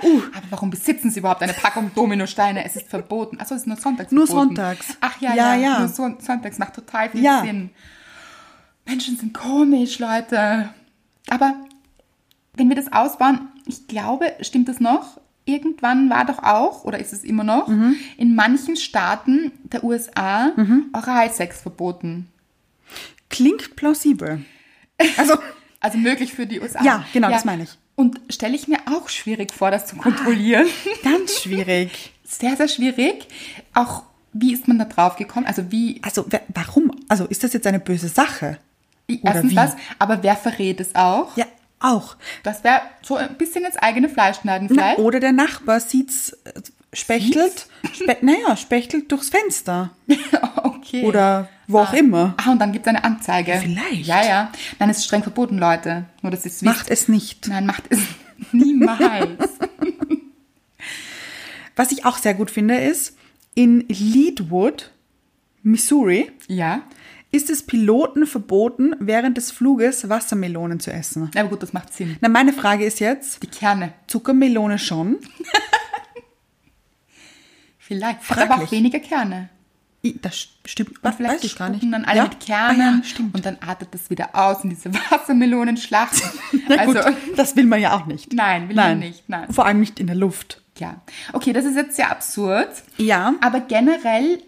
Speaker 1: Aber warum besitzen sie überhaupt eine Packung Dominosteine? Es ist verboten. Achso, es ist nur sonntags
Speaker 2: Nur
Speaker 1: verboten.
Speaker 2: sonntags.
Speaker 1: Ach ja, ja,
Speaker 2: Ja,
Speaker 1: ja.
Speaker 2: ja.
Speaker 1: Nur son sonntags macht total viel
Speaker 2: Ja.
Speaker 1: Sinn. Menschen sind komisch, Leute. Aber wenn wir das ausbauen, ich glaube, stimmt das noch? Irgendwann war doch auch, oder ist es immer noch,
Speaker 2: Mhm.
Speaker 1: in manchen Staaten der USA Oralsex verboten.
Speaker 2: Klingt plausibel. Also,
Speaker 1: Also möglich für die USA.
Speaker 2: Ja, genau, das meine ich.
Speaker 1: Und stelle ich mir auch schwierig vor, das zu kontrollieren.
Speaker 2: ganz schwierig.
Speaker 1: Sehr, sehr schwierig. Auch wie ist man da drauf gekommen? Also wie,
Speaker 2: Also, wer, warum? Also, ist das jetzt eine böse Sache?
Speaker 1: erstens
Speaker 2: wie?
Speaker 1: das, aber wer verrät es auch?
Speaker 2: Ja, auch.
Speaker 1: Das wäre so ein bisschen ins eigene Fleisch schneiden vielleicht.
Speaker 2: Oder der Nachbar sieht's, äh, spechtelt, spe naja, spechtelt durchs Fenster
Speaker 1: okay.
Speaker 2: oder wo auch immer.
Speaker 1: Ah, und dann gibt es eine Anzeige.
Speaker 2: Vielleicht.
Speaker 1: Ja, ja. Nein, es ist streng verboten, Leute. Nur, dass ihr es wisst.
Speaker 2: Macht es nicht.
Speaker 1: Nein, macht es niemals.
Speaker 2: Was ich auch sehr gut finde, ist, in Leadwood, Missouri,
Speaker 1: ja.
Speaker 2: ist es Piloten verboten, während des Fluges Wassermelonen zu essen.
Speaker 1: Aber gut, das macht Sinn.
Speaker 2: Na, meine Frage ist jetzt,
Speaker 1: Die Kerne.
Speaker 2: Zuckermelone schon?
Speaker 1: Vielleicht. Hat aber
Speaker 2: Fraglich.
Speaker 1: auch weniger Kerne.
Speaker 2: I- Das stimmt,
Speaker 1: Und vielleicht spucken dann alle
Speaker 2: Ja?
Speaker 1: mit Kernen.
Speaker 2: Ah, ja, stimmt.
Speaker 1: Und dann artet das wieder aus in diese Wassermelonenschlacht.
Speaker 2: Na gut,
Speaker 1: also,
Speaker 2: das will man ja auch nicht.
Speaker 1: Nein, will man nicht, nein.
Speaker 2: Vor allem nicht in der Luft.
Speaker 1: ja. Okay, das ist jetzt sehr absurd.
Speaker 2: Ja.
Speaker 1: Aber generell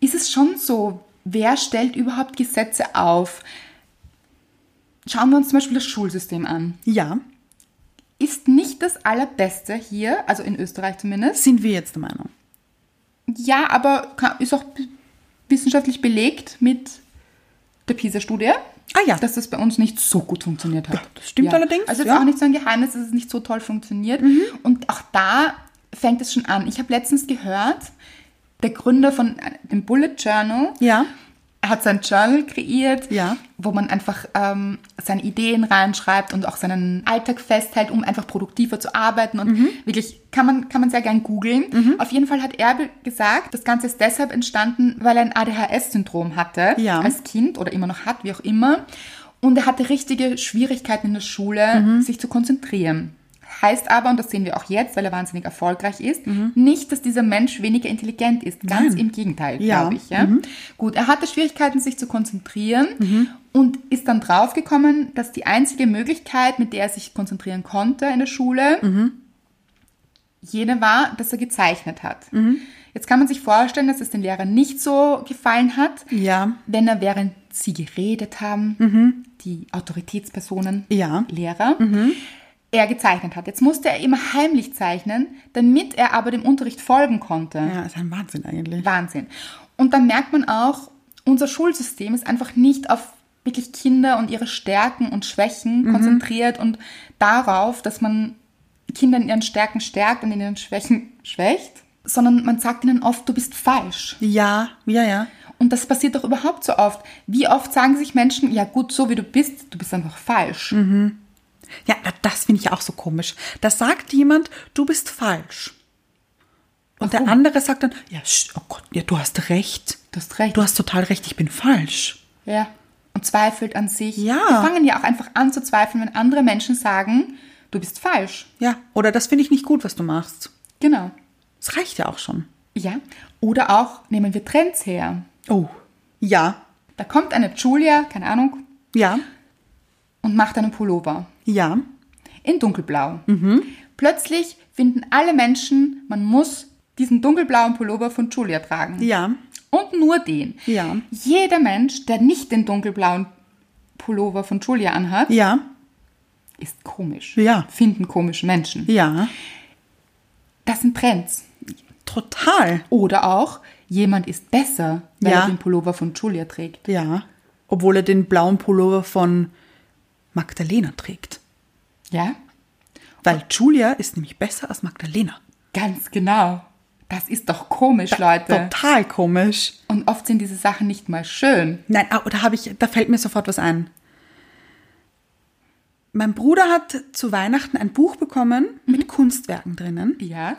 Speaker 1: ist es schon so, wer stellt überhaupt Gesetze auf? Schauen wir uns zum Beispiel das Schulsystem an.
Speaker 2: Ja,
Speaker 1: Ist nicht das allerbeste hier, also in Österreich zumindest.
Speaker 2: sind wir jetzt der Meinung.
Speaker 1: Ja, aber ka- ist auch b- wissenschaftlich belegt mit der PISA-Studie.
Speaker 2: Ah ja.
Speaker 1: Dass das bei uns nicht so gut funktioniert hat.
Speaker 2: das stimmt allerdings,
Speaker 1: Also es ist
Speaker 2: ja. Mhm.
Speaker 1: auch nicht so ein Geheimnis, dass es nicht so toll funktioniert. Und auch da fängt es schon an. Ich habe letztens gehört, der Gründer von äh, dem Bullet Journal
Speaker 2: Ja.
Speaker 1: hat sein Journal kreiert,
Speaker 2: Ja.
Speaker 1: wo man einfach ähm, seine Ideen reinschreibt und auch seinen Alltag festhält, um einfach produktiver zu arbeiten. Und
Speaker 2: Mhm.
Speaker 1: wirklich kann man, kann man sehr gern googeln. Auf jeden Fall hat er be- gesagt, das Ganze ist deshalb entstanden, weil er ein ADHS-Syndrom hatte
Speaker 2: Ja.
Speaker 1: als Kind oder immer noch hat, wie auch immer. Und er hatte richtige Schwierigkeiten in der Schule,
Speaker 2: Mhm.
Speaker 1: sich zu konzentrieren. Heißt aber, und das sehen wir auch jetzt, weil er wahnsinnig erfolgreich ist,
Speaker 2: Mhm.
Speaker 1: nicht, dass dieser Mensch weniger intelligent ist. Ganz im Gegenteil,
Speaker 2: Ja. Mhm.
Speaker 1: glaube ich. Ja? Gut, er hatte Schwierigkeiten, sich zu konzentrieren und ist dann draufgekommen, dass die einzige Möglichkeit, mit der er sich konzentrieren konnte in der Schule, jene war, dass er gezeichnet hat. Jetzt kann man sich vorstellen, dass es den Lehrern nicht so gefallen hat,
Speaker 2: Ja.
Speaker 1: wenn er während sie geredet haben, die Autoritätspersonen,
Speaker 2: Ja.
Speaker 1: Lehrer, er gezeichnet hat. Jetzt musste er immer heimlich zeichnen, damit er aber dem Unterricht folgen konnte.
Speaker 2: Ja, ist ein Wahnsinn eigentlich.
Speaker 1: Wahnsinn. Und dann merkt man auch, unser Schulsystem ist einfach nicht auf wirklich Kinder und ihre Stärken und Schwächen konzentriert und darauf, dass man Kinder in ihren Stärken stärkt und in ihren Schwächen schwächt, sondern man sagt ihnen oft, du bist falsch.
Speaker 2: Ja, ja, ja.
Speaker 1: Und das passiert doch überhaupt so oft. Wie oft sagen sich Menschen, ja gut, so wie du bist, du bist einfach falsch.
Speaker 2: Ja, na, das finde ich auch so komisch. Da sagt jemand, du bist falsch. Und der andere sagt dann, ja, sch- oh Gott, ja, du hast recht.
Speaker 1: oh. Du hast recht.
Speaker 2: Du hast total recht, ich bin falsch.
Speaker 1: Ja. Und zweifelt an sich.
Speaker 2: Ja.
Speaker 1: Wir fangen ja auch einfach an zu zweifeln, wenn andere Menschen sagen, du bist falsch.
Speaker 2: Ja, oder das finde ich nicht gut, was du machst.
Speaker 1: Genau.
Speaker 2: Das reicht ja auch schon.
Speaker 1: Ja, oder auch nehmen wir Trends her.
Speaker 2: Oh. Ja,
Speaker 1: Da kommt eine Julia, keine Ahnung,
Speaker 2: ja,
Speaker 1: und macht einen Pullover
Speaker 2: ja.
Speaker 1: in dunkelblau.
Speaker 2: Mhm.
Speaker 1: Plötzlich finden alle Menschen, man muss diesen dunkelblauen Pullover von Julia tragen.
Speaker 2: Ja.
Speaker 1: Und nur den.
Speaker 2: Ja.
Speaker 1: Jeder Mensch, der nicht den dunkelblauen Pullover von Julia anhat,
Speaker 2: Ja,
Speaker 1: ist komisch.
Speaker 2: Ja.
Speaker 1: Finden komische Menschen.
Speaker 2: ja.
Speaker 1: Das sind Trends.
Speaker 2: Total.
Speaker 1: Oder auch, jemand ist besser, weil
Speaker 2: Ja.
Speaker 1: er den Pullover von Julia trägt.
Speaker 2: Ja. Obwohl er den blauen Pullover von Magdalena trägt.
Speaker 1: Ja?
Speaker 2: Weil Julia ist nämlich besser als Magdalena.
Speaker 1: Ganz genau. Das ist doch komisch, Leute.
Speaker 2: Total komisch.
Speaker 1: Und oft sind diese Sachen nicht mal schön.
Speaker 2: Nein, ah, da habe ich, da fällt mir sofort was ein. Mein Bruder hat zu Weihnachten ein Buch bekommen mit Kunstwerken drinnen.
Speaker 1: Ja?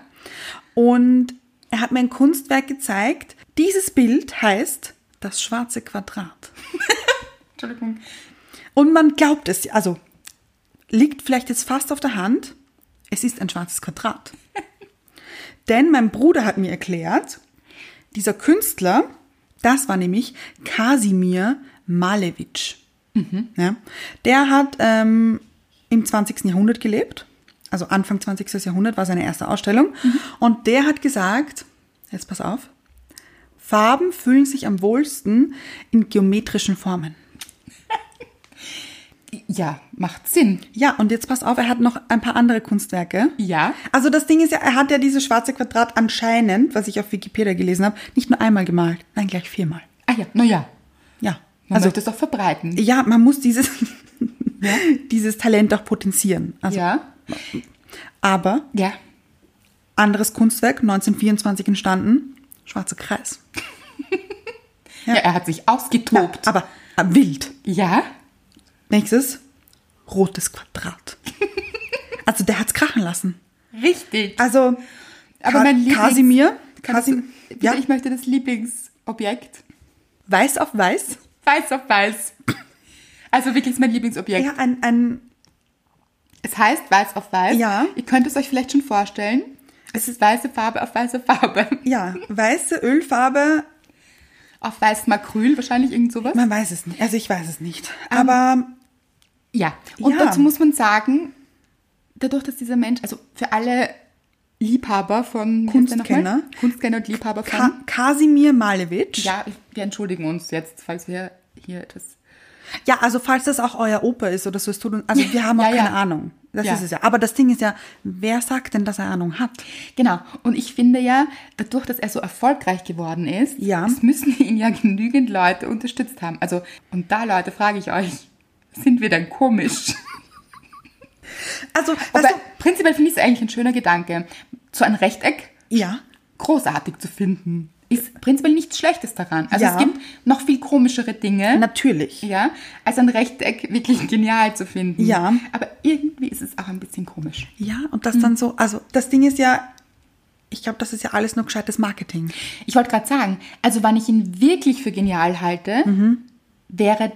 Speaker 2: Und er hat mir ein Kunstwerk gezeigt. Dieses Bild heißt das schwarze Quadrat.
Speaker 1: Entschuldigung.
Speaker 2: Und man glaubt es, also liegt vielleicht jetzt fast auf der Hand, es ist ein schwarzes Quadrat. Denn mein Bruder hat mir erklärt, dieser Künstler, das war nämlich Kasimir Malevich. Ja, der hat ähm, im 20. Jahrhundert gelebt, also Anfang 20. Jahrhundert war seine erste Ausstellung. Und der hat gesagt, jetzt pass auf, Farben fühlen sich am wohlsten in geometrischen Formen.
Speaker 1: Ja, macht Sinn.
Speaker 2: Ja, und jetzt pass auf, er hat noch ein paar andere Kunstwerke.
Speaker 1: Ja?
Speaker 2: Also das Ding ist ja, er hat ja dieses schwarze Quadrat anscheinend, was ich auf Wikipedia gelesen habe, nicht nur einmal gemalt, nein, gleich viermal.
Speaker 1: Ah ja, naja.
Speaker 2: Ja.
Speaker 1: Man
Speaker 2: also
Speaker 1: möchte es doch verbreiten.
Speaker 2: ja, man muss dieses dieses Talent auch potenzieren. Also,
Speaker 1: Ja.
Speaker 2: Aber
Speaker 1: Ja.
Speaker 2: anderes Kunstwerk, 1924 entstanden, Schwarzer Kreis.
Speaker 1: Ja, er hat sich ausgetobt.
Speaker 2: Aber äh, wild.
Speaker 1: Ja?
Speaker 2: Nächstes, rotes Quadrat. also der hat's krachen lassen.
Speaker 1: Richtig.
Speaker 2: Also,
Speaker 1: Aber
Speaker 2: Ka
Speaker 1: mein Lieblings-
Speaker 2: Kasimir,
Speaker 1: Kannst
Speaker 2: Kasim,
Speaker 1: du- bitte,
Speaker 2: ja,
Speaker 1: Ich möchte das Lieblingsobjekt.
Speaker 2: weiß auf weiß.
Speaker 1: Weiß auf weiß. Also wirklich ist mein Lieblingsobjekt.
Speaker 2: Ja, ein, ein,
Speaker 1: Es heißt weiß auf weiß.
Speaker 2: Ja.
Speaker 1: Ihr könnt es euch vielleicht schon vorstellen. Es ist weiße Farbe auf weiße Farbe.
Speaker 2: ja, weiße Ölfarbe,
Speaker 1: Auf weiß Macryl wahrscheinlich irgend sowas.
Speaker 2: man weiß es nicht. Also ich weiß es nicht. Aber
Speaker 1: Ähm, Ja. Und
Speaker 2: Ja.
Speaker 1: dazu muss man sagen, dadurch, dass dieser Mensch, also für alle Liebhaber von wie heißt der nochmal?
Speaker 2: Kunstkenner.
Speaker 1: Kunstkenner und Liebhaber von.
Speaker 2: Ka Kasimir Malevich.
Speaker 1: ja, wir entschuldigen uns jetzt, falls wir hier etwas.
Speaker 2: Ja, also falls das auch euer Opa ist oder so, es tut uns, also wir haben auch
Speaker 1: Ja, ja.
Speaker 2: keine Ahnung. Das
Speaker 1: Ja.
Speaker 2: ist es ja. Aber das Ding ist ja, wer sagt denn, dass er Ahnung hat?
Speaker 1: Genau. Und ich finde ja, dadurch, dass er so erfolgreich geworden ist,
Speaker 2: Ja.
Speaker 1: es müssen ihn ja genügend Leute unterstützt haben. Also, und da, Leute, frage ich euch, sind wir dann komisch?
Speaker 2: Also,
Speaker 1: Aber
Speaker 2: weißt du,
Speaker 1: prinzipiell finde ich es eigentlich ein schöner Gedanke. So ein Rechteck
Speaker 2: ja,
Speaker 1: großartig zu finden, ist prinzipiell nichts Schlechtes daran. Also
Speaker 2: Ja.
Speaker 1: es gibt noch viel komischere Dinge,
Speaker 2: natürlich.
Speaker 1: ja, als ein Rechteck wirklich genial zu finden.
Speaker 2: Ja.
Speaker 1: Aber irgendwie ist es auch ein bisschen komisch.
Speaker 2: Ja, und
Speaker 1: Hm.
Speaker 2: das dann so, also das Ding ist ja, ich glaube, das ist ja alles nur gescheites Marketing.
Speaker 1: Ich wollte gerade sagen, also wann ich ihn wirklich für genial halte, wäre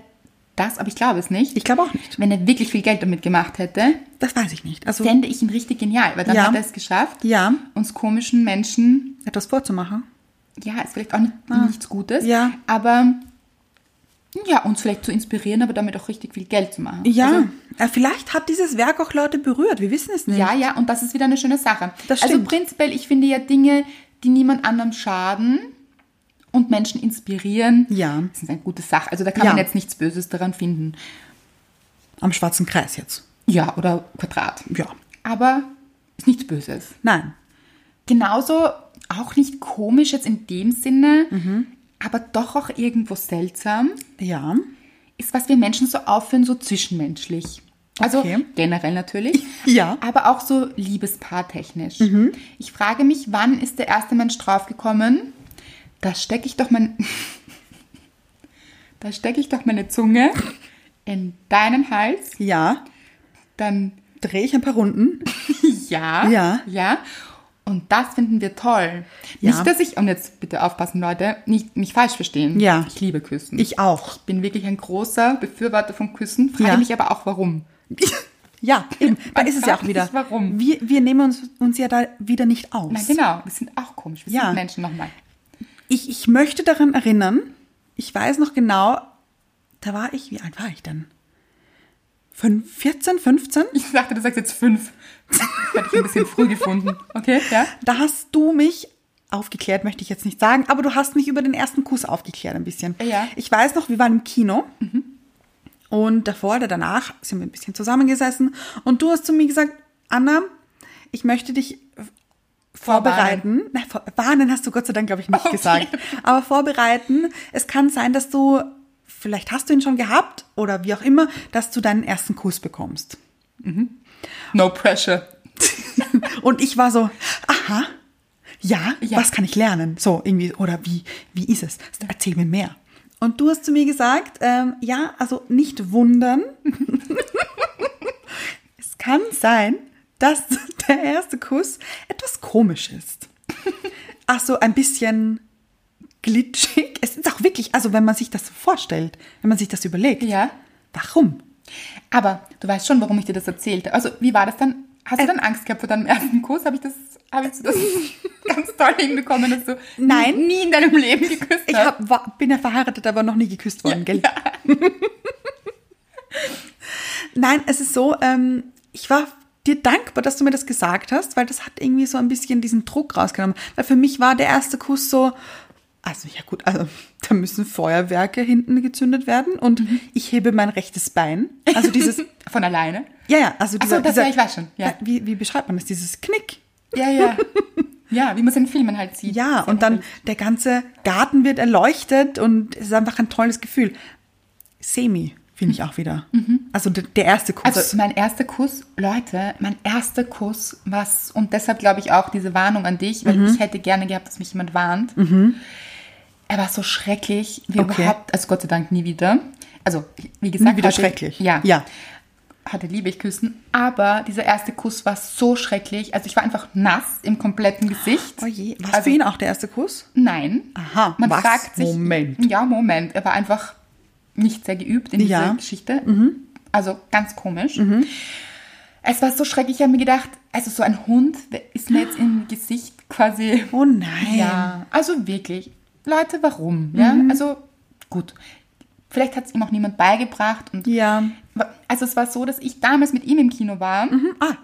Speaker 1: das, aber ich glaube es nicht.
Speaker 2: Mhm. Ich glaube auch nicht.
Speaker 1: Wenn er wirklich viel Geld damit gemacht hätte,
Speaker 2: Das weiß ich nicht. Also
Speaker 1: fände ich ihn richtig genial, weil dann
Speaker 2: Ja.
Speaker 1: hat er es geschafft,
Speaker 2: Ja.
Speaker 1: uns komischen Menschen
Speaker 2: etwas vorzumachen.
Speaker 1: ja, ist vielleicht auch nicht, nichts Gutes,
Speaker 2: Ah. Ja.
Speaker 1: aber ja, uns vielleicht zu inspirieren, aber damit auch richtig viel Geld zu machen.
Speaker 2: Ja,
Speaker 1: Also,
Speaker 2: äh, vielleicht hat dieses Werk auch Leute berührt. Wir wissen es nicht.
Speaker 1: ja, ja, und das ist wieder eine schöne Sache.
Speaker 2: Das
Speaker 1: also
Speaker 2: stimmt.
Speaker 1: prinzipiell, ich finde ja Dinge, die niemand anderem schaden und Menschen inspirieren,
Speaker 2: Ja.
Speaker 1: sind eine gute Sache. Also da kann
Speaker 2: Ja.
Speaker 1: man jetzt nichts Böses daran finden.
Speaker 2: Am Schwarzen Kreis jetzt.
Speaker 1: Ja, oder Quadrat.
Speaker 2: Ja.
Speaker 1: Aber ist nichts Böses.
Speaker 2: Nein.
Speaker 1: Genauso auch nicht komisch jetzt in dem Sinne,
Speaker 2: Mhm.
Speaker 1: aber doch auch irgendwo seltsam.
Speaker 2: Ja.
Speaker 1: ist, was wir Menschen so aufführen, so zwischenmenschlich. Also
Speaker 2: Okay.
Speaker 1: generell natürlich.
Speaker 2: Ja. Mhm.
Speaker 1: Aber auch so liebespaartechnisch. Ich frage mich, wann ist der erste Mensch draufgekommen? Da stecke ich doch mein. da stecke ich doch meine Zunge in deinen Hals.
Speaker 2: Ja.
Speaker 1: Dann
Speaker 2: Drehe ich ein paar Runden.
Speaker 1: ja.
Speaker 2: Ja.
Speaker 1: Ja. Und das finden wir toll.
Speaker 2: Ja.
Speaker 1: Nicht, dass ich, und jetzt bitte aufpassen, Leute, nicht mich falsch verstehen.
Speaker 2: Ja.
Speaker 1: Ich liebe Küssen.
Speaker 2: Ich auch.
Speaker 1: bin wirklich ein großer Befürworter von Küssen, frage
Speaker 2: Ja.
Speaker 1: mich aber auch warum.
Speaker 2: Ja, eben. Da
Speaker 1: Man
Speaker 2: ist es ja
Speaker 1: fragt
Speaker 2: auch wieder.
Speaker 1: sich, warum.
Speaker 2: Wir, wir nehmen uns, uns ja da wieder nicht aus.
Speaker 1: Na genau, wir sind auch komisch, wir
Speaker 2: Ja.
Speaker 1: sind Menschen nochmal.
Speaker 2: Ich, ich möchte daran erinnern, ich weiß noch genau, da war ich, wie alt war ich denn? Fünf, 14, 15?
Speaker 1: Ich dachte, du sagst jetzt fünf. Hätte ich ein bisschen früh gefunden. Okay, ja?
Speaker 2: Da hast du mich aufgeklärt, möchte ich jetzt nicht sagen, aber du hast mich über den ersten Kuss aufgeklärt ein bisschen.
Speaker 1: Ja.
Speaker 2: Ich weiß noch, wir waren im Kino. Und davor oder danach sind wir ein bisschen zusammengesessen. Und du hast zu mir gesagt, Anna, ich möchte dich vorbereiten. Na, vor, warnen hast du Gott sei Dank, glaube ich, nicht
Speaker 1: Okay.
Speaker 2: gesagt. Aber vorbereiten. Es kann sein, dass du, vielleicht hast du ihn schon gehabt oder wie auch immer, dass du deinen ersten Kuss bekommst.
Speaker 1: No pressure.
Speaker 2: Und ich war so, aha, ja,
Speaker 1: Ja.
Speaker 2: was kann ich lernen? So, irgendwie, oder wie, wie ist es? Erzähl mir mehr. Und du hast zu mir gesagt, ähm, ja, also nicht wundern. es kann sein, dass der erste Kuss etwas komisch ist. Ach so, ein bisschen glitschig. Es ist auch wirklich, also wenn man sich das so vorstellt, wenn man sich das überlegt.
Speaker 1: Ja.
Speaker 2: Warum?
Speaker 1: Aber du weißt schon, warum ich dir das erzählte. Also, wie war das dann? Hast du
Speaker 2: Äh.
Speaker 1: dann Angst gehabt vor deinem ersten Kuss? Habe ich das, habe ich so das ganz toll hinbekommen, dass du
Speaker 2: Nein.
Speaker 1: nie in deinem Leben geküsst
Speaker 2: Ich
Speaker 1: hast?
Speaker 2: hab, war, bin ja verheiratet, aber noch nie geküsst worden, gell? Nein, es ist so, ähm, ich war dir dankbar, dass du mir das gesagt hast, weil das hat irgendwie so ein bisschen diesen Druck rausgenommen. Weil für mich war der erste Kuss so, also ja gut, also da müssen Feuerwerke hinten gezündet werden und
Speaker 1: Mhm.
Speaker 2: ich hebe mein rechtes Bein. Also dieses,
Speaker 1: Von alleine?
Speaker 2: ja, ja, also dieser,
Speaker 1: so, das-
Speaker 2: dieser
Speaker 1: ja, ich weiß schon, ja.
Speaker 2: Wie, wie beschreibt man das? Dieses Knick.
Speaker 1: Ja, ja. Ja, wie man es in Filmen halt sieht.
Speaker 2: Ja, und dann der ganze Garten wird erleuchtet und es ist einfach ein tolles Gefühl. Semi. finde ich auch wieder. Also der, der erste Kuss.
Speaker 1: Mhm. Also mein erster Kuss, Leute, mein erster Kuss, was, und deshalb glaube ich auch diese Warnung an dich, weil
Speaker 2: Mhm.
Speaker 1: ich hätte gerne gehabt, dass mich jemand warnt. Er war so schrecklich, wie
Speaker 2: Okay.
Speaker 1: überhaupt, also Gott sei Dank nie wieder. Also, wie gesagt,
Speaker 2: wieder
Speaker 1: hatte-
Speaker 2: schrecklich.
Speaker 1: Ja,
Speaker 2: Ja.
Speaker 1: Hatte liebe ich küssen, aber dieser erste Kuss war so schrecklich. Also ich war einfach nass im kompletten Gesicht.
Speaker 2: oh je, warst
Speaker 1: also,
Speaker 2: für ihn auch der erste Kuss?
Speaker 1: Nein.
Speaker 2: Aha,
Speaker 1: Man
Speaker 2: was?
Speaker 1: fragt sich.
Speaker 2: Moment.
Speaker 1: Ja, Moment. Er war einfach nicht sehr geübt in
Speaker 2: Ja. Mhm.
Speaker 1: dieser Geschichte. Also ganz komisch. Es war so schrecklich. Ich habe mir gedacht, also so ein Hund ist mir jetzt im Gesicht quasi.
Speaker 2: Oh nein. Mhm.
Speaker 1: Ja, also wirklich. Leute, warum? Ja, also gut. Vielleicht hat es ihm auch niemand beigebracht. Und
Speaker 2: Ja.
Speaker 1: Also es war so, dass ich damals mit ihm im Kino war.
Speaker 2: Ah,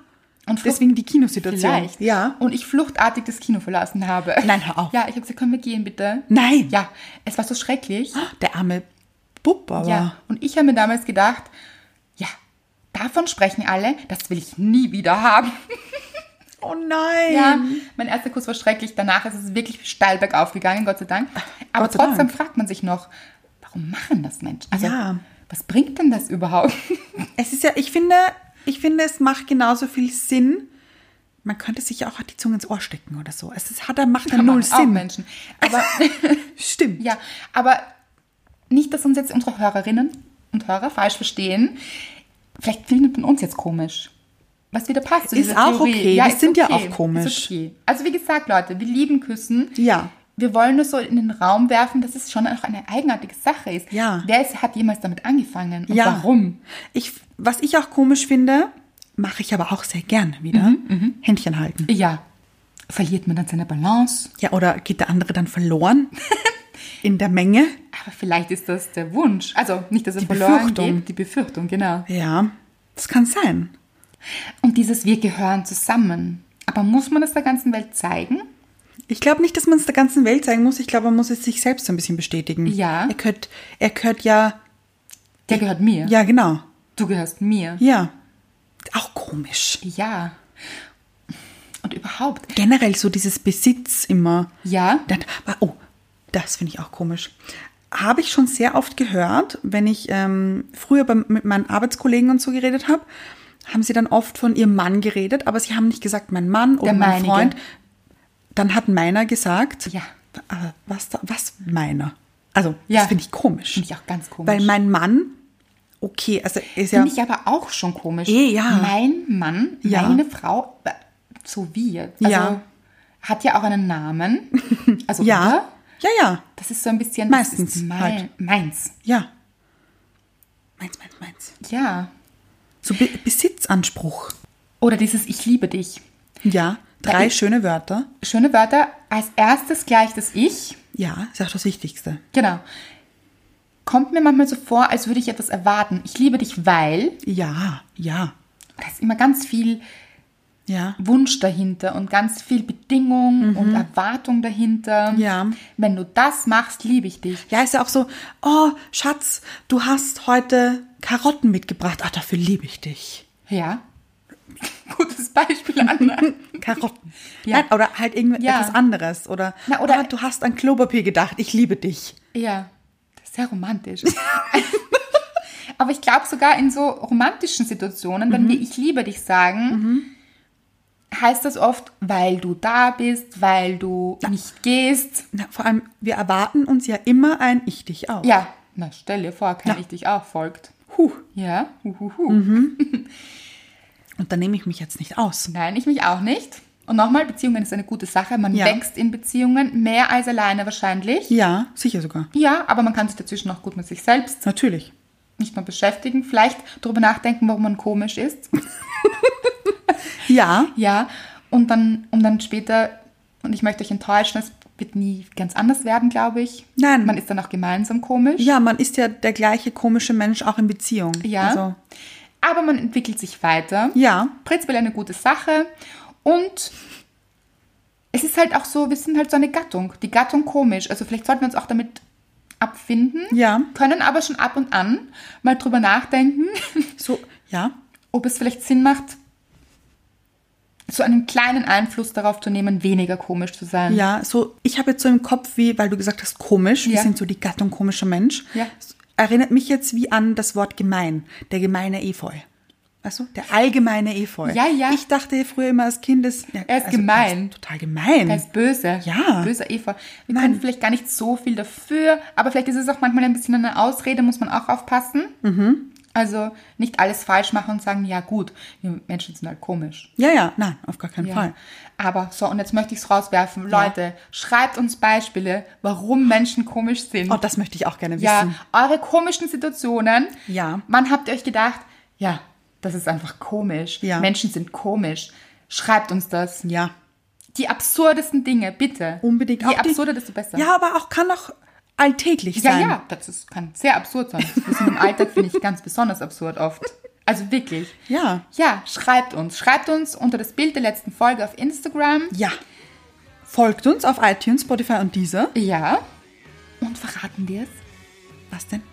Speaker 1: Und Flucht-
Speaker 2: deswegen die Kinosituation.
Speaker 1: Vielleicht.
Speaker 2: Ja.
Speaker 1: Und ich fluchtartig das Kino verlassen habe.
Speaker 2: Nein, hör auf.
Speaker 1: Ja, ich habe gesagt, können wir gehen bitte?
Speaker 2: Nein.
Speaker 1: Ja, es war so schrecklich.
Speaker 2: Der arme Bub, aber.
Speaker 1: Ja. Und ich habe mir damals gedacht, ja, davon sprechen alle, das will ich nie wieder haben.
Speaker 2: Oh nein.
Speaker 1: Ja, mein erster Kuss war schrecklich, danach ist es wirklich steil bergauf gegangen, Gott sei Dank. Aber
Speaker 2: Gott sei
Speaker 1: trotzdem
Speaker 2: Dank.
Speaker 1: fragt man sich noch, warum machen das Menschen? Also,
Speaker 2: Ja.
Speaker 1: was bringt denn das überhaupt?
Speaker 2: Es ist ja, ich finde, ich finde, es macht genauso viel Sinn. Man könnte sich ja auch die Zunge ins Ohr stecken oder so. Es ist, hat, er- macht ja null
Speaker 1: Machen Auch
Speaker 2: Sinn.
Speaker 1: Menschen. Aber
Speaker 2: Stimmt.
Speaker 1: Ja, aber nicht, dass uns jetzt unsere Hörerinnen und Hörer falsch verstehen. Vielleicht findet man uns jetzt komisch. Was wieder passt. zu
Speaker 2: Ist
Speaker 1: dieser
Speaker 2: auch
Speaker 1: Theorie.
Speaker 2: okay. Wir
Speaker 1: ist
Speaker 2: sind ja auch
Speaker 1: Ist
Speaker 2: komisch.
Speaker 1: okay. Also wie gesagt, Leute, wir lieben Küssen.
Speaker 2: Ja.
Speaker 1: Wir wollen es so in den Raum werfen, dass es schon auch eine eigenartige Sache ist.
Speaker 2: Ja.
Speaker 1: Wer ist, hat jemals damit angefangen und
Speaker 2: Ja.
Speaker 1: warum?
Speaker 2: Ich, was ich auch komisch finde, mache ich aber auch sehr gern wieder.
Speaker 1: Mhm,
Speaker 2: Händchen halten.
Speaker 1: Ja. Verliert man dann seine Balance?
Speaker 2: Ja, oder geht der andere dann verloren? In der Menge?
Speaker 1: Aber vielleicht ist das der Wunsch. Also nicht, dass er verloren
Speaker 2: Befürchtung.
Speaker 1: geht. Die Befürchtung, genau.
Speaker 2: Ja, das kann sein.
Speaker 1: Und dieses Wir gehören zusammen. Aber muss man das der ganzen Welt zeigen?
Speaker 2: Ich glaube nicht, dass man es der ganzen Welt zeigen muss. Ich glaube, man muss es sich selbst so ein bisschen bestätigen.
Speaker 1: Ja.
Speaker 2: Er gehört, er gehört ja,
Speaker 1: Der gehört mir.
Speaker 2: ja, genau.
Speaker 1: Du gehörst mir.
Speaker 2: Ja. Auch komisch.
Speaker 1: Ja. Und überhaupt.
Speaker 2: Generell so dieses Besitz immer.
Speaker 1: Ja.
Speaker 2: Dann, oh, das finde ich auch komisch. Habe ich schon sehr oft gehört, wenn ich ähm, früher beim, mit meinen Arbeitskollegen und so geredet habe, haben sie dann oft von ihrem Mann geredet, aber sie haben nicht gesagt, mein Mann oder
Speaker 1: Der
Speaker 2: mein
Speaker 1: meinige.
Speaker 2: Freund. Dann hat meiner gesagt.
Speaker 1: Ja.
Speaker 2: Aber was, da, was meiner? Also,
Speaker 1: Ja.
Speaker 2: das finde ich komisch.
Speaker 1: Finde ich auch ganz komisch.
Speaker 2: Weil mein Mann, okay, also ist ja.
Speaker 1: Finde ich aber auch schon komisch.
Speaker 2: Eh, ja.
Speaker 1: Mein Mann,
Speaker 2: Ja.
Speaker 1: meine Frau, äh, so wir. Also,
Speaker 2: Ja.
Speaker 1: Hat ja auch einen Namen. Also,
Speaker 2: ja,
Speaker 1: oder?
Speaker 2: ja, ja,
Speaker 1: Das ist so ein bisschen.
Speaker 2: Meistens
Speaker 1: Das ist mein,
Speaker 2: halt.
Speaker 1: Meins.
Speaker 2: ja. Meins, meins, meins.
Speaker 1: Ja.
Speaker 2: So Be Besitzanspruch.
Speaker 1: Oder dieses Ich liebe dich.
Speaker 2: Ja, drei
Speaker 1: Weil-
Speaker 2: schöne Wörter.
Speaker 1: Schöne Wörter. Als erstes gleich das Ich.
Speaker 2: Ja, ist auch das Wichtigste.
Speaker 1: Genau. Kommt mir manchmal so vor, als würde ich etwas erwarten. Ich liebe dich, weil.
Speaker 2: Ja, ja,
Speaker 1: Da ist immer ganz viel
Speaker 2: ja.
Speaker 1: Wunsch dahinter und ganz viel Bedingung und Erwartung dahinter.
Speaker 2: Ja.
Speaker 1: Wenn du das machst, liebe ich dich.
Speaker 2: Ja, ist ja auch so, oh, Schatz, du hast heute Karotten mitgebracht. Ach, dafür liebe ich dich.
Speaker 1: Ja. Gutes Beispiel, Anna.
Speaker 2: Karotten.
Speaker 1: Ja.
Speaker 2: Nein, oder halt irgendetwas
Speaker 1: Ja.
Speaker 2: anderes. Oder,
Speaker 1: Na, oder-
Speaker 2: ah, du hast an Klopapier gedacht, ich liebe dich.
Speaker 1: ja. Das ist sehr romantisch. Aber ich glaube sogar in so romantischen Situationen, wenn wir ich liebe dich sagen, heißt das oft, weil du da bist, weil du nicht gehst.
Speaker 2: Na, vor allem, wir erwarten uns ja immer ein Ich dich auch.
Speaker 1: Ja. Na, stell dir vor, kann
Speaker 2: Ja. Mhm.
Speaker 1: ich dich auch folgt.
Speaker 2: Huh,
Speaker 1: Ja. Huhuhu.
Speaker 2: und da nehme ich mich jetzt nicht aus.
Speaker 1: Nein, ich mich auch nicht. Und nochmal, Beziehungen ist eine gute Sache. Man
Speaker 2: Ja.
Speaker 1: wächst in Beziehungen mehr als alleine wahrscheinlich. Ja.
Speaker 2: Ja, sicher sogar.
Speaker 1: aber man kann sich dazwischen auch gut mit sich selbst
Speaker 2: Natürlich.
Speaker 1: nicht mal beschäftigen. Vielleicht darüber nachdenken, warum man komisch ist.
Speaker 2: Ja,
Speaker 1: Ja, und dann, um dann später, und ich möchte euch enttäuschen, es wird nie ganz anders werden, glaube ich.
Speaker 2: Nein.
Speaker 1: Man ist dann auch gemeinsam komisch.
Speaker 2: ja, man ist ja der gleiche komische Mensch auch in Beziehung.
Speaker 1: Ja.
Speaker 2: Also,
Speaker 1: Aber man entwickelt sich weiter.
Speaker 2: ja.
Speaker 1: prinzipiell eine gute Sache. Und es ist halt auch so, wir sind halt so eine Gattung. Die Gattung komisch. Also vielleicht sollten wir uns auch damit abfinden.
Speaker 2: Ja.
Speaker 1: Können aber schon ab und an mal drüber nachdenken,
Speaker 2: So, ja.
Speaker 1: ob es vielleicht Sinn macht, so einen kleinen Einfluss darauf zu nehmen, weniger komisch zu sein.
Speaker 2: Ja, so, ich habe jetzt so im Kopf, wie, weil du gesagt hast, komisch, wir
Speaker 1: Ja.
Speaker 2: sind so die Gattung komischer Mensch.
Speaker 1: Ja.
Speaker 2: erinnert mich jetzt wie an das Wort gemein, der gemeine Efeu. Also der allgemeine Efeu.
Speaker 1: Ja, ja.
Speaker 2: Ich dachte früher immer als Kind, das, ja,
Speaker 1: Er ist gemein.
Speaker 2: das ist Total gemein.
Speaker 1: Er ist böse.
Speaker 2: Hm. Ja.
Speaker 1: Böser Efeu. Wir
Speaker 2: Nein.
Speaker 1: können vielleicht gar nicht so viel dafür, aber vielleicht ist es auch manchmal ein bisschen eine Ausrede, muss man auch aufpassen.
Speaker 2: Mhm.
Speaker 1: Also nicht alles falsch machen und sagen, ja gut, wir Menschen sind halt komisch.
Speaker 2: ja, ja, nein, auf gar keinen
Speaker 1: Ja.
Speaker 2: Fall.
Speaker 1: Aber so, und jetzt möchte ich es rauswerfen. Leute, schreibt uns Beispiele, warum Menschen komisch sind.
Speaker 2: Oh, das möchte ich auch gerne wissen.
Speaker 1: ja, eure komischen Situationen.
Speaker 2: Ja.
Speaker 1: Wann habt ihr euch gedacht, ja, das ist einfach komisch.
Speaker 2: Ja.
Speaker 1: Menschen sind komisch. Schreibt uns das.
Speaker 2: Ja,
Speaker 1: Die absurdesten Dinge, bitte.
Speaker 2: unbedingt.
Speaker 1: Je
Speaker 2: Auch die-
Speaker 1: absurder, desto besser.
Speaker 2: Ja, aber auch kann auch alltäglich
Speaker 1: ja,
Speaker 2: sein.
Speaker 1: ja, das ist, kann sehr absurd sein. Das ist im Alltag finde ich ganz besonders absurd oft. Also wirklich.
Speaker 2: Ja.
Speaker 1: Ja, schreibt uns. Schreibt uns unter das Bild der letzten Folge auf Instagram.
Speaker 2: Ja. Folgt uns auf iTunes, Spotify und dieser.
Speaker 1: Ja. Und verraten wir es?
Speaker 2: Was denn?